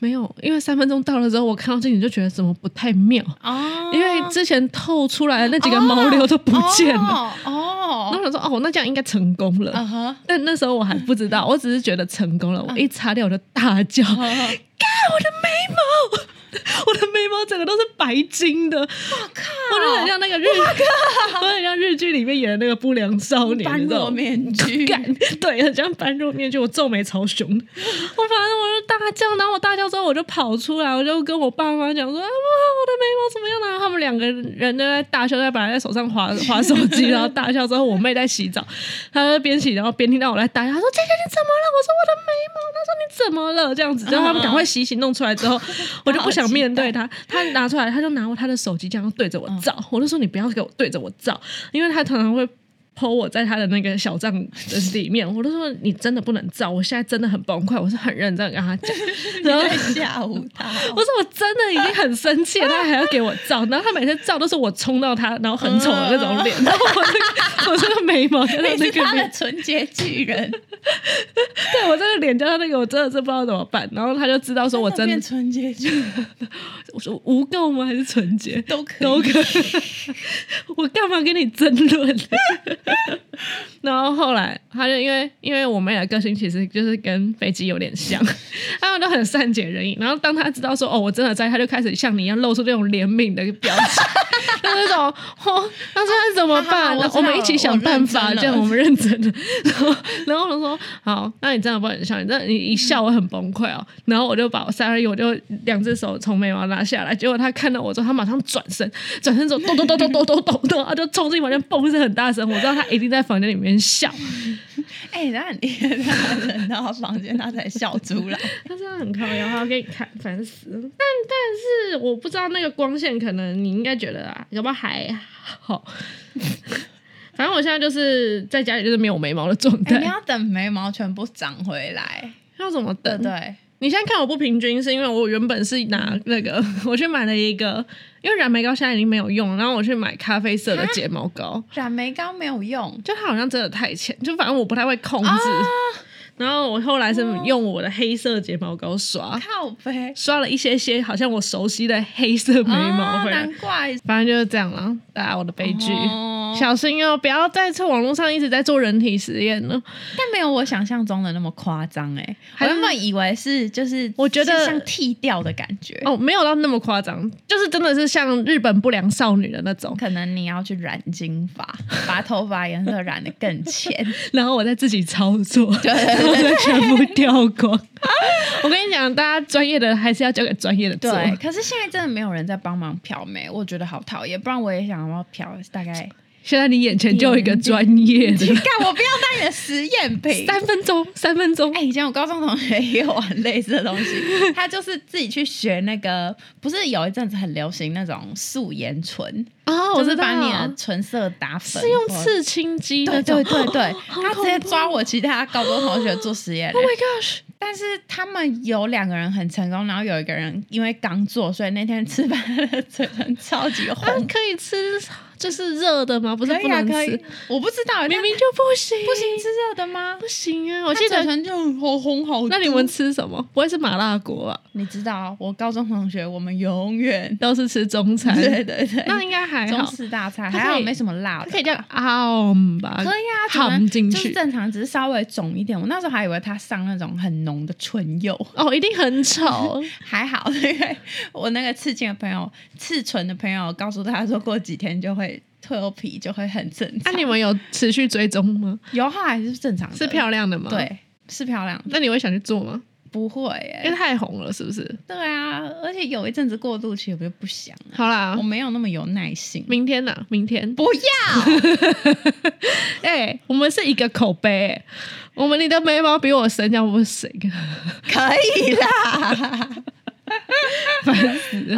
[SPEAKER 4] 没有，因为三分钟到了之后，我看到镜子就觉得怎么不太妙，
[SPEAKER 1] 哦
[SPEAKER 4] 因为之前透出来的那几个毛流都不见了。然后
[SPEAKER 1] 哦，
[SPEAKER 4] 我想说，哦，那这样应该成功了。
[SPEAKER 1] 嗯哼，
[SPEAKER 4] 但那时候我还不知道，我只是觉得成功了。我一擦掉我就大叫，看、
[SPEAKER 1] 嗯
[SPEAKER 4] 我的眉毛，我的眉毛整个都是白金的，我靠！我就很像那个日， <laughs> 我很像日剧里面演的那个不良少年，
[SPEAKER 1] 般
[SPEAKER 4] 你知道
[SPEAKER 1] 若
[SPEAKER 4] 吗？ <laughs>
[SPEAKER 1] 面具，
[SPEAKER 4] 干，对，很像般若面具，我皱眉超凶。我反正我就大叫，然后我大叫之后我就跑出来，我就跟我爸妈讲说：“啊，我的眉毛怎么样然后他们两个人都在大笑，在本来在手上滑滑手机，然后大笑之后，我妹在洗澡，她就边洗然后边听到我在大笑，她说：“姐姐你怎么了？”我说：“我的眉毛。”她说：“你怎么了？”这样子，然后他们赶快洗洗弄出来之后，我就不想面对她。她拿出来，她就拿我她的手机这样对着我照，我就说：“你不要给我对着我照，因为她常常会。”剖我在他的那个小账里面，我都说你真的不能照，我现在真的很崩溃，我是很认真地跟他讲，然后
[SPEAKER 1] <laughs> 在吓唬他哦。
[SPEAKER 4] 我说我真的已经很生气了，他还要给我照，然后他每次照都是我冲到他，然后很丑的那种脸，然后我那个我这个眉毛跟他
[SPEAKER 1] 你
[SPEAKER 4] <laughs> 那
[SPEAKER 1] 是
[SPEAKER 4] 个
[SPEAKER 1] 他的
[SPEAKER 4] 脸，
[SPEAKER 1] 纯洁巨人，
[SPEAKER 4] 对我这个脸加上那个，我真的是不知道怎么办，然后他就知道 <laughs> 说我真
[SPEAKER 1] 变
[SPEAKER 4] 的
[SPEAKER 1] 纯洁巨人
[SPEAKER 4] 我说无垢吗？还是纯洁？
[SPEAKER 1] 都可
[SPEAKER 4] 都
[SPEAKER 1] 以。
[SPEAKER 4] 可以。我干嘛跟你争论？ <laughs> 然后后来他就因为因为我妹的个性其实就是跟飞机有点 <laughs> 像，他们都很善解人意。然后当他知道说哦我真的在，他就开始像你一样露出这种怜悯的表情， <laughs> 就是那种哦，那现在怎么办？
[SPEAKER 1] 哈哈我知道
[SPEAKER 4] 我们一起想办法，
[SPEAKER 1] 我认真了
[SPEAKER 4] 这样我们认真的。 <laughs> 然后然后我就说好，那你真的不能笑，你真的你一笑我很崩溃哦。然后我就把我三二一，我就两只手从眉毛拉下来，结果他看到我之后，他马上转身，转身之后咚咚咚咚咚咚咚咚，他就冲进房间，嘣一声很大声，我知道他一定在房间里面笑，
[SPEAKER 1] 哎，那你 <laughs> 让他忍到房间，他才笑出
[SPEAKER 4] <laughs>
[SPEAKER 1] 来。
[SPEAKER 4] 他真的很靠腰，他要给你看，烦死了。但但是我不知道那个光线，可能你应该觉得啊，要不好还好。 <laughs> 反正我现在就是在家里就是没有眉毛的状
[SPEAKER 1] 哎
[SPEAKER 4] 态，
[SPEAKER 1] 你要等眉毛全部长回来，
[SPEAKER 4] 要怎么
[SPEAKER 1] 对
[SPEAKER 4] 等
[SPEAKER 1] 不？对？
[SPEAKER 4] 你现在看我不平均，是因为我原本是拿那个，
[SPEAKER 1] 嗯
[SPEAKER 4] 我去买了一个，因为染眉膏现在已经没有用了，然后我去买咖啡色的睫毛膏，
[SPEAKER 1] 染眉膏没有
[SPEAKER 4] <laughs>
[SPEAKER 1] 用，啊
[SPEAKER 4] 就它好像真的太浅，就反正我不太会控制。然后我后来是
[SPEAKER 1] 哦
[SPEAKER 4] 用我的黑色睫毛膏刷，
[SPEAKER 1] 靠背
[SPEAKER 4] 刷了一些些好像我 <laughs> 熟悉的黑色眉毛
[SPEAKER 1] 啊
[SPEAKER 4] 回来，
[SPEAKER 1] 难怪
[SPEAKER 4] <laughs> 反正就是这样啦，大家我的悲剧。
[SPEAKER 1] 哦哦
[SPEAKER 4] 小心哦，不要在这网络上一直在做人体实验了。
[SPEAKER 1] 但没有我想象中的那么夸张哎，我
[SPEAKER 4] 还是
[SPEAKER 1] 原本以为是就是，
[SPEAKER 4] 我觉得
[SPEAKER 1] 像剃掉的感觉，
[SPEAKER 4] 哦，没有到那么夸张，就是真的是像日本不良少女的那种。 <laughs>
[SPEAKER 1] 可能你要去染金发，把头发颜色染得更
[SPEAKER 4] <laughs>
[SPEAKER 1] 浅。
[SPEAKER 4] 然后我再自己操作，然后再全部掉光。 <laughs> 我跟你讲，大家专业的还是要交给专业的做。
[SPEAKER 1] 对，可是现在真的没有人在帮忙漂眉，我觉得好讨厌。不然我也想要漂，大
[SPEAKER 4] <laughs>
[SPEAKER 1] 概
[SPEAKER 4] 现在你眼前就有一个专业的，
[SPEAKER 1] 干我不要当你的实验品。
[SPEAKER 4] <laughs> 三分钟，三分钟
[SPEAKER 1] 哎、。以前我高中同学 <laughs> 也有玩类似的东西，他就是自己去学那个，不是有一阵子很流行那种素颜唇，
[SPEAKER 4] 哦，我
[SPEAKER 1] 就是
[SPEAKER 4] 知道
[SPEAKER 1] 把你哎的唇色打粉，
[SPEAKER 4] 是用
[SPEAKER 1] 或
[SPEAKER 4] 刺青机
[SPEAKER 1] 对
[SPEAKER 4] 那种。
[SPEAKER 1] 对对对，
[SPEAKER 4] <gasps> 好
[SPEAKER 1] 他直接
[SPEAKER 4] 恐怖
[SPEAKER 1] 抓我其他高中同学做实验、
[SPEAKER 4] <laughs> Oh my gosh！
[SPEAKER 1] 但是他们有两个人很成功，然后有一个人因为刚做，所以那天吃饭他的嘴唇超级红。
[SPEAKER 4] 啊，可以吃就是热的吗？不是
[SPEAKER 1] 可
[SPEAKER 4] 不
[SPEAKER 1] 以啊，
[SPEAKER 4] 能
[SPEAKER 1] 可
[SPEAKER 4] 吃
[SPEAKER 1] 以，，我不知道，
[SPEAKER 4] 明
[SPEAKER 1] 但
[SPEAKER 4] 明就不行，
[SPEAKER 1] 不行吃热的吗？
[SPEAKER 4] 不行啊！我
[SPEAKER 1] 我
[SPEAKER 4] 记
[SPEAKER 1] 嘴
[SPEAKER 4] 得。
[SPEAKER 1] 唇就好红好多。
[SPEAKER 4] 那你们吃什么？不会是麻辣锅吧？
[SPEAKER 1] 你知道，我高中同学我们永远
[SPEAKER 4] 都是吃中餐，
[SPEAKER 1] 对对对，
[SPEAKER 4] 那应该还
[SPEAKER 1] 中
[SPEAKER 4] 好。
[SPEAKER 1] 式大餐
[SPEAKER 4] 它可以
[SPEAKER 1] 还好没什么辣
[SPEAKER 4] 它
[SPEAKER 1] 的，
[SPEAKER 4] 可以叫啊嗯吧？
[SPEAKER 1] 可以啊，可能
[SPEAKER 4] 含进
[SPEAKER 1] 就是
[SPEAKER 4] 去。
[SPEAKER 1] 正常，只是稍微肿一点。我那时候还以为他上那种很浓的唇釉，
[SPEAKER 4] 哦，一定很
[SPEAKER 1] <laughs>
[SPEAKER 4] 丑。
[SPEAKER 1] 还好，因为我那个刺青的朋友、刺唇的朋友告诉他说，过几天就会脱皮，就会很正
[SPEAKER 4] 那、
[SPEAKER 1] 常。
[SPEAKER 4] 啊你们有持续追踪吗？
[SPEAKER 1] 油画还是正常的，
[SPEAKER 4] 是漂亮的吗？。
[SPEAKER 1] 对，是漂亮，
[SPEAKER 4] 那你会想去做吗？
[SPEAKER 1] 不会
[SPEAKER 4] 因为
[SPEAKER 1] 耶。
[SPEAKER 4] 太红了，是不是？
[SPEAKER 1] 对啊，而且有一阵子过渡期，我就不想了，
[SPEAKER 4] 好啦
[SPEAKER 1] 我，没有那么有耐心。
[SPEAKER 4] 明天呐、明天。
[SPEAKER 1] 啊不要，
[SPEAKER 4] 哎、我们是一个口碑、哎我们你的眉毛比我深，要不行。
[SPEAKER 1] 可以啦。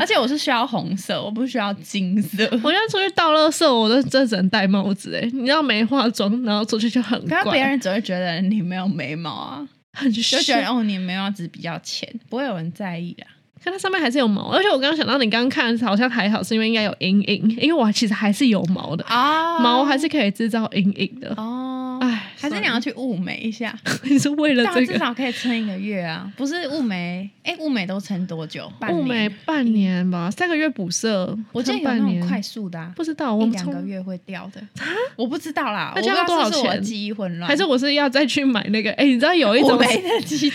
[SPEAKER 1] 而且我是需要红色，我不需要金 <laughs> 色。
[SPEAKER 4] 我现在出去倒垃圾，我都真只能戴帽子、哎，你知道没化妆，然后出去就很
[SPEAKER 1] 可是
[SPEAKER 4] 怪，
[SPEAKER 1] 别人只会觉得你没有眉毛啊，
[SPEAKER 4] 很
[SPEAKER 1] 就觉得
[SPEAKER 4] 炫。
[SPEAKER 1] 哦你眉毛只比较浅，不会有人在意啊。
[SPEAKER 4] 可它上面还是有毛，而且我刚刚想到你刚刚看好像还好，是因为应该有阴影，因为我其实还是有毛的，
[SPEAKER 1] 啊
[SPEAKER 4] 毛还是可以制造阴影的。
[SPEAKER 1] 哦，
[SPEAKER 4] 哎，
[SPEAKER 1] 还是
[SPEAKER 4] 算
[SPEAKER 1] 你要去雾眉一下，
[SPEAKER 4] 了 <laughs> 你是为了
[SPEAKER 1] 但
[SPEAKER 4] 这
[SPEAKER 1] 至
[SPEAKER 4] 个
[SPEAKER 1] 少可以撑一个月啊。不是雾眉，哎，雾眉都撑多久？半
[SPEAKER 4] 雾
[SPEAKER 1] 年
[SPEAKER 4] 眉，半年吧，三个月补色，
[SPEAKER 1] 我记得有
[SPEAKER 4] 剩
[SPEAKER 1] 那
[SPEAKER 4] 半
[SPEAKER 1] 种
[SPEAKER 4] 年
[SPEAKER 1] 快速的啊，
[SPEAKER 4] 不知道，
[SPEAKER 1] 一
[SPEAKER 4] 我
[SPEAKER 1] 两个
[SPEAKER 4] 从
[SPEAKER 1] 月会掉的。我不知道啦，我不
[SPEAKER 4] 那这
[SPEAKER 1] 知
[SPEAKER 4] 样
[SPEAKER 1] 道是不
[SPEAKER 4] 多
[SPEAKER 1] 是
[SPEAKER 4] 少
[SPEAKER 1] 我
[SPEAKER 4] 钱
[SPEAKER 1] 记忆混乱，
[SPEAKER 4] 还是我是要再去买那个？哎、你知道有一
[SPEAKER 1] 雾
[SPEAKER 4] 种
[SPEAKER 1] 眉的
[SPEAKER 4] <laughs>
[SPEAKER 1] 机器？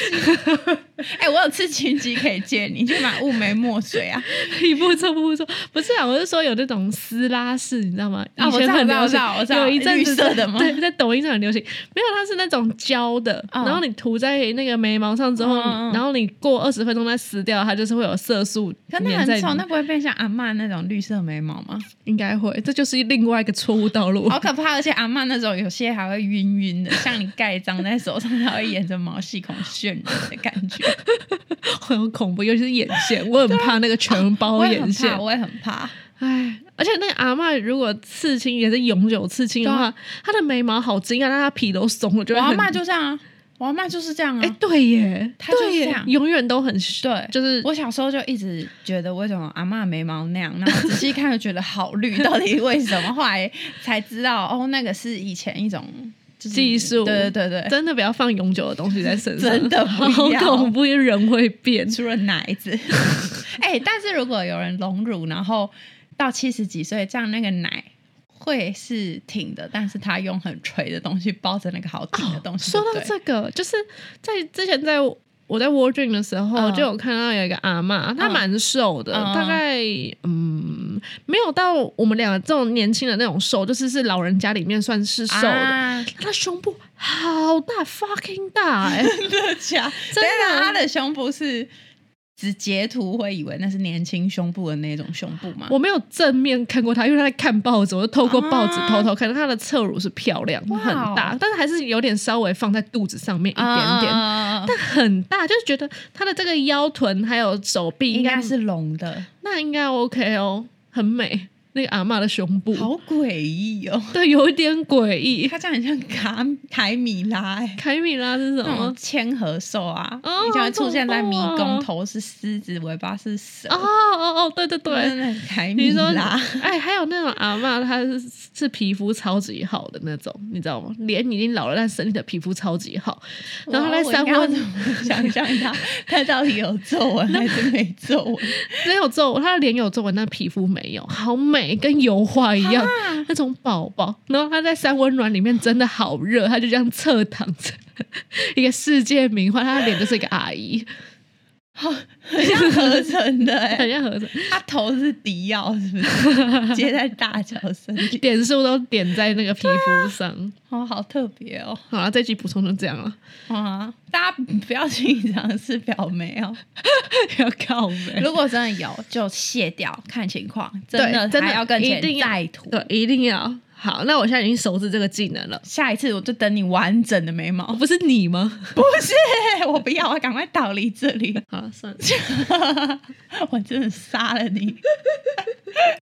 [SPEAKER 1] 哎，我有刺青机可以借你，去买雾眉墨水
[SPEAKER 4] <laughs>
[SPEAKER 1] 啊。
[SPEAKER 4] 一步错步步错，不是啊，我是说有那种撕拉式，你知道吗？
[SPEAKER 1] 啊
[SPEAKER 4] 以
[SPEAKER 1] 我知
[SPEAKER 4] 前
[SPEAKER 1] 道
[SPEAKER 4] 很
[SPEAKER 1] 我
[SPEAKER 4] 流
[SPEAKER 1] 知
[SPEAKER 4] 行
[SPEAKER 1] 道我，知道
[SPEAKER 4] 有一阵子
[SPEAKER 1] 绿色
[SPEAKER 4] 在
[SPEAKER 1] 的吗
[SPEAKER 4] 对，在抖音上很流行。没有，它是那种胶的，
[SPEAKER 1] 嗯
[SPEAKER 4] 然后你涂在那个眉毛上之后，
[SPEAKER 1] 嗯嗯嗯
[SPEAKER 4] 然后你过二十分钟再撕掉，它就是会有色素
[SPEAKER 1] 可那
[SPEAKER 4] 粘在
[SPEAKER 1] 很
[SPEAKER 4] 里
[SPEAKER 1] 丑，
[SPEAKER 4] 面。
[SPEAKER 1] 那不会变像阿嬷那种绿色眉毛吗？
[SPEAKER 4] 应该会，这就是另外一个错误道路。
[SPEAKER 1] 好可怕！而且阿嬷那种有些还会晕晕的，像你盖章在手上，它会沿着毛细孔渲染的感觉。
[SPEAKER 4] <laughs> 很恐怖，尤其是眼线，我很怕那个全包
[SPEAKER 1] 我也
[SPEAKER 4] 眼
[SPEAKER 1] 很
[SPEAKER 4] 线
[SPEAKER 1] 怕，。 <laughs> 我也很怕。
[SPEAKER 4] 唉，而且那个阿嬷如果刺青也是永久刺青的
[SPEAKER 1] 对啊
[SPEAKER 4] 话，她的眉毛好精啊，但她皮都松了，就
[SPEAKER 1] 我
[SPEAKER 4] 会
[SPEAKER 1] 阿
[SPEAKER 4] 很
[SPEAKER 1] 嬷就这样啊，我阿嬷就是这样啊。
[SPEAKER 4] 哎、对耶，
[SPEAKER 1] 她就是
[SPEAKER 4] 对
[SPEAKER 1] 这
[SPEAKER 4] 耶
[SPEAKER 1] 样，
[SPEAKER 4] 永远都很
[SPEAKER 1] 对，
[SPEAKER 4] 就是
[SPEAKER 1] 我小时候就一直觉得为什么阿嬷眉毛那样，然后仔细看就觉得好绿，到底为什么？后来才知道，哦，那个是以前一种就是
[SPEAKER 4] 技术
[SPEAKER 1] 对对对对，
[SPEAKER 4] 真的不要放永久的东西在身 <laughs> 上，
[SPEAKER 1] 真的不
[SPEAKER 4] 好
[SPEAKER 1] 要
[SPEAKER 4] 恐怖，因为人会变。
[SPEAKER 1] 除了奶子。 <laughs> 哎、但是如果有人隆乳，然后到七十几岁，这样那个奶会是挺的，但是他用很垂的东西包着那个好挺的东西。
[SPEAKER 4] 哦说到
[SPEAKER 1] 对不对，
[SPEAKER 4] 这个，就是在之前在我在 w a r d r e 的时候，
[SPEAKER 1] 嗯
[SPEAKER 4] 就有看到有一个阿嬷，她
[SPEAKER 1] 嗯
[SPEAKER 4] 蛮瘦的，
[SPEAKER 1] 嗯
[SPEAKER 4] 大概嗯，没有到我们两个这种年轻的那种瘦，就是是老人家里面算是瘦的。
[SPEAKER 1] 啊
[SPEAKER 4] 她的胸部好大，fucking 大哎、
[SPEAKER 1] 真的假？
[SPEAKER 4] <laughs> 真的
[SPEAKER 1] 等一下他的胸部是只截图会以为那是年轻胸部的那种胸部吗？
[SPEAKER 4] 我没有正面看过她，因为她在看报纸，我就透过报纸
[SPEAKER 1] 啊
[SPEAKER 4] 偷偷看到她的侧乳是漂亮
[SPEAKER 1] 哇哦
[SPEAKER 4] 很大，但是还是有点稍微放在肚子上面一
[SPEAKER 1] 啊
[SPEAKER 4] 点点，
[SPEAKER 1] 啊啊啊啊
[SPEAKER 4] 但很大，就是觉得她的这个腰臀还有手臂
[SPEAKER 1] 应
[SPEAKER 4] 应该
[SPEAKER 1] 该是隆的，
[SPEAKER 4] 那应该 OK 哦，很美。那个阿嬷的胸部，
[SPEAKER 1] 好诡异哦！
[SPEAKER 4] 对，有一点诡异。
[SPEAKER 1] 他这样很像卡凯米拉哎、
[SPEAKER 4] 凯米拉是什
[SPEAKER 1] 那
[SPEAKER 4] 么
[SPEAKER 1] 种？千和兽啊，
[SPEAKER 4] 哦
[SPEAKER 1] 你就会出现在迷
[SPEAKER 4] 好恐怖
[SPEAKER 1] 宫，
[SPEAKER 4] 哦
[SPEAKER 1] 头是狮子，尾巴是蛇
[SPEAKER 4] 哦。哦哦，对对对，
[SPEAKER 1] 真的凯嗯米
[SPEAKER 4] 你说
[SPEAKER 1] 拉，
[SPEAKER 4] 哎，还有那种阿嬷，她是是皮肤超级好的那种，你知道吗？脸已经老了，但身体的皮肤超级好。然后她在
[SPEAKER 1] 我
[SPEAKER 4] 三
[SPEAKER 1] 应该要
[SPEAKER 4] 温
[SPEAKER 1] 怎么想象他，他到底有皱纹还是没皱纹？
[SPEAKER 4] <laughs> 没有皱纹，她的脸有皱纹，但皮肤没有，好美美，跟油画一样那种宝宝。然后他在三温暖里面真的好热，他就这样侧躺着， <laughs> 一个世界名画，他的脸就是一个阿姨，
[SPEAKER 1] 很像合成的哎、
[SPEAKER 4] 很像盒子，
[SPEAKER 1] <laughs> 他头是迪奥是不
[SPEAKER 4] <laughs>
[SPEAKER 1] 是？接在大脚身体，
[SPEAKER 4] 点数都点在那个皮肤上。
[SPEAKER 1] 哦，好特别哦！
[SPEAKER 4] 好了，这集补充就这样了，
[SPEAKER 1] 啊，大家不要轻易尝试表妹
[SPEAKER 4] <laughs>
[SPEAKER 1] 哦。
[SPEAKER 4] 要靠美。
[SPEAKER 1] 如果真的有，就卸掉，看情况。真的，
[SPEAKER 4] 对真的
[SPEAKER 1] 还要跟
[SPEAKER 4] 一
[SPEAKER 1] 前
[SPEAKER 4] 定要
[SPEAKER 1] 再涂。
[SPEAKER 4] 对，一定要好。那我现在已经熟知这个技能了，
[SPEAKER 1] 下一次我就等你完整的眉毛。
[SPEAKER 4] 哦不是你吗？
[SPEAKER 1] 不是，我不要，我赶快逃离这里。 <laughs>
[SPEAKER 4] 好了，算了。
[SPEAKER 1] 我真的杀了你。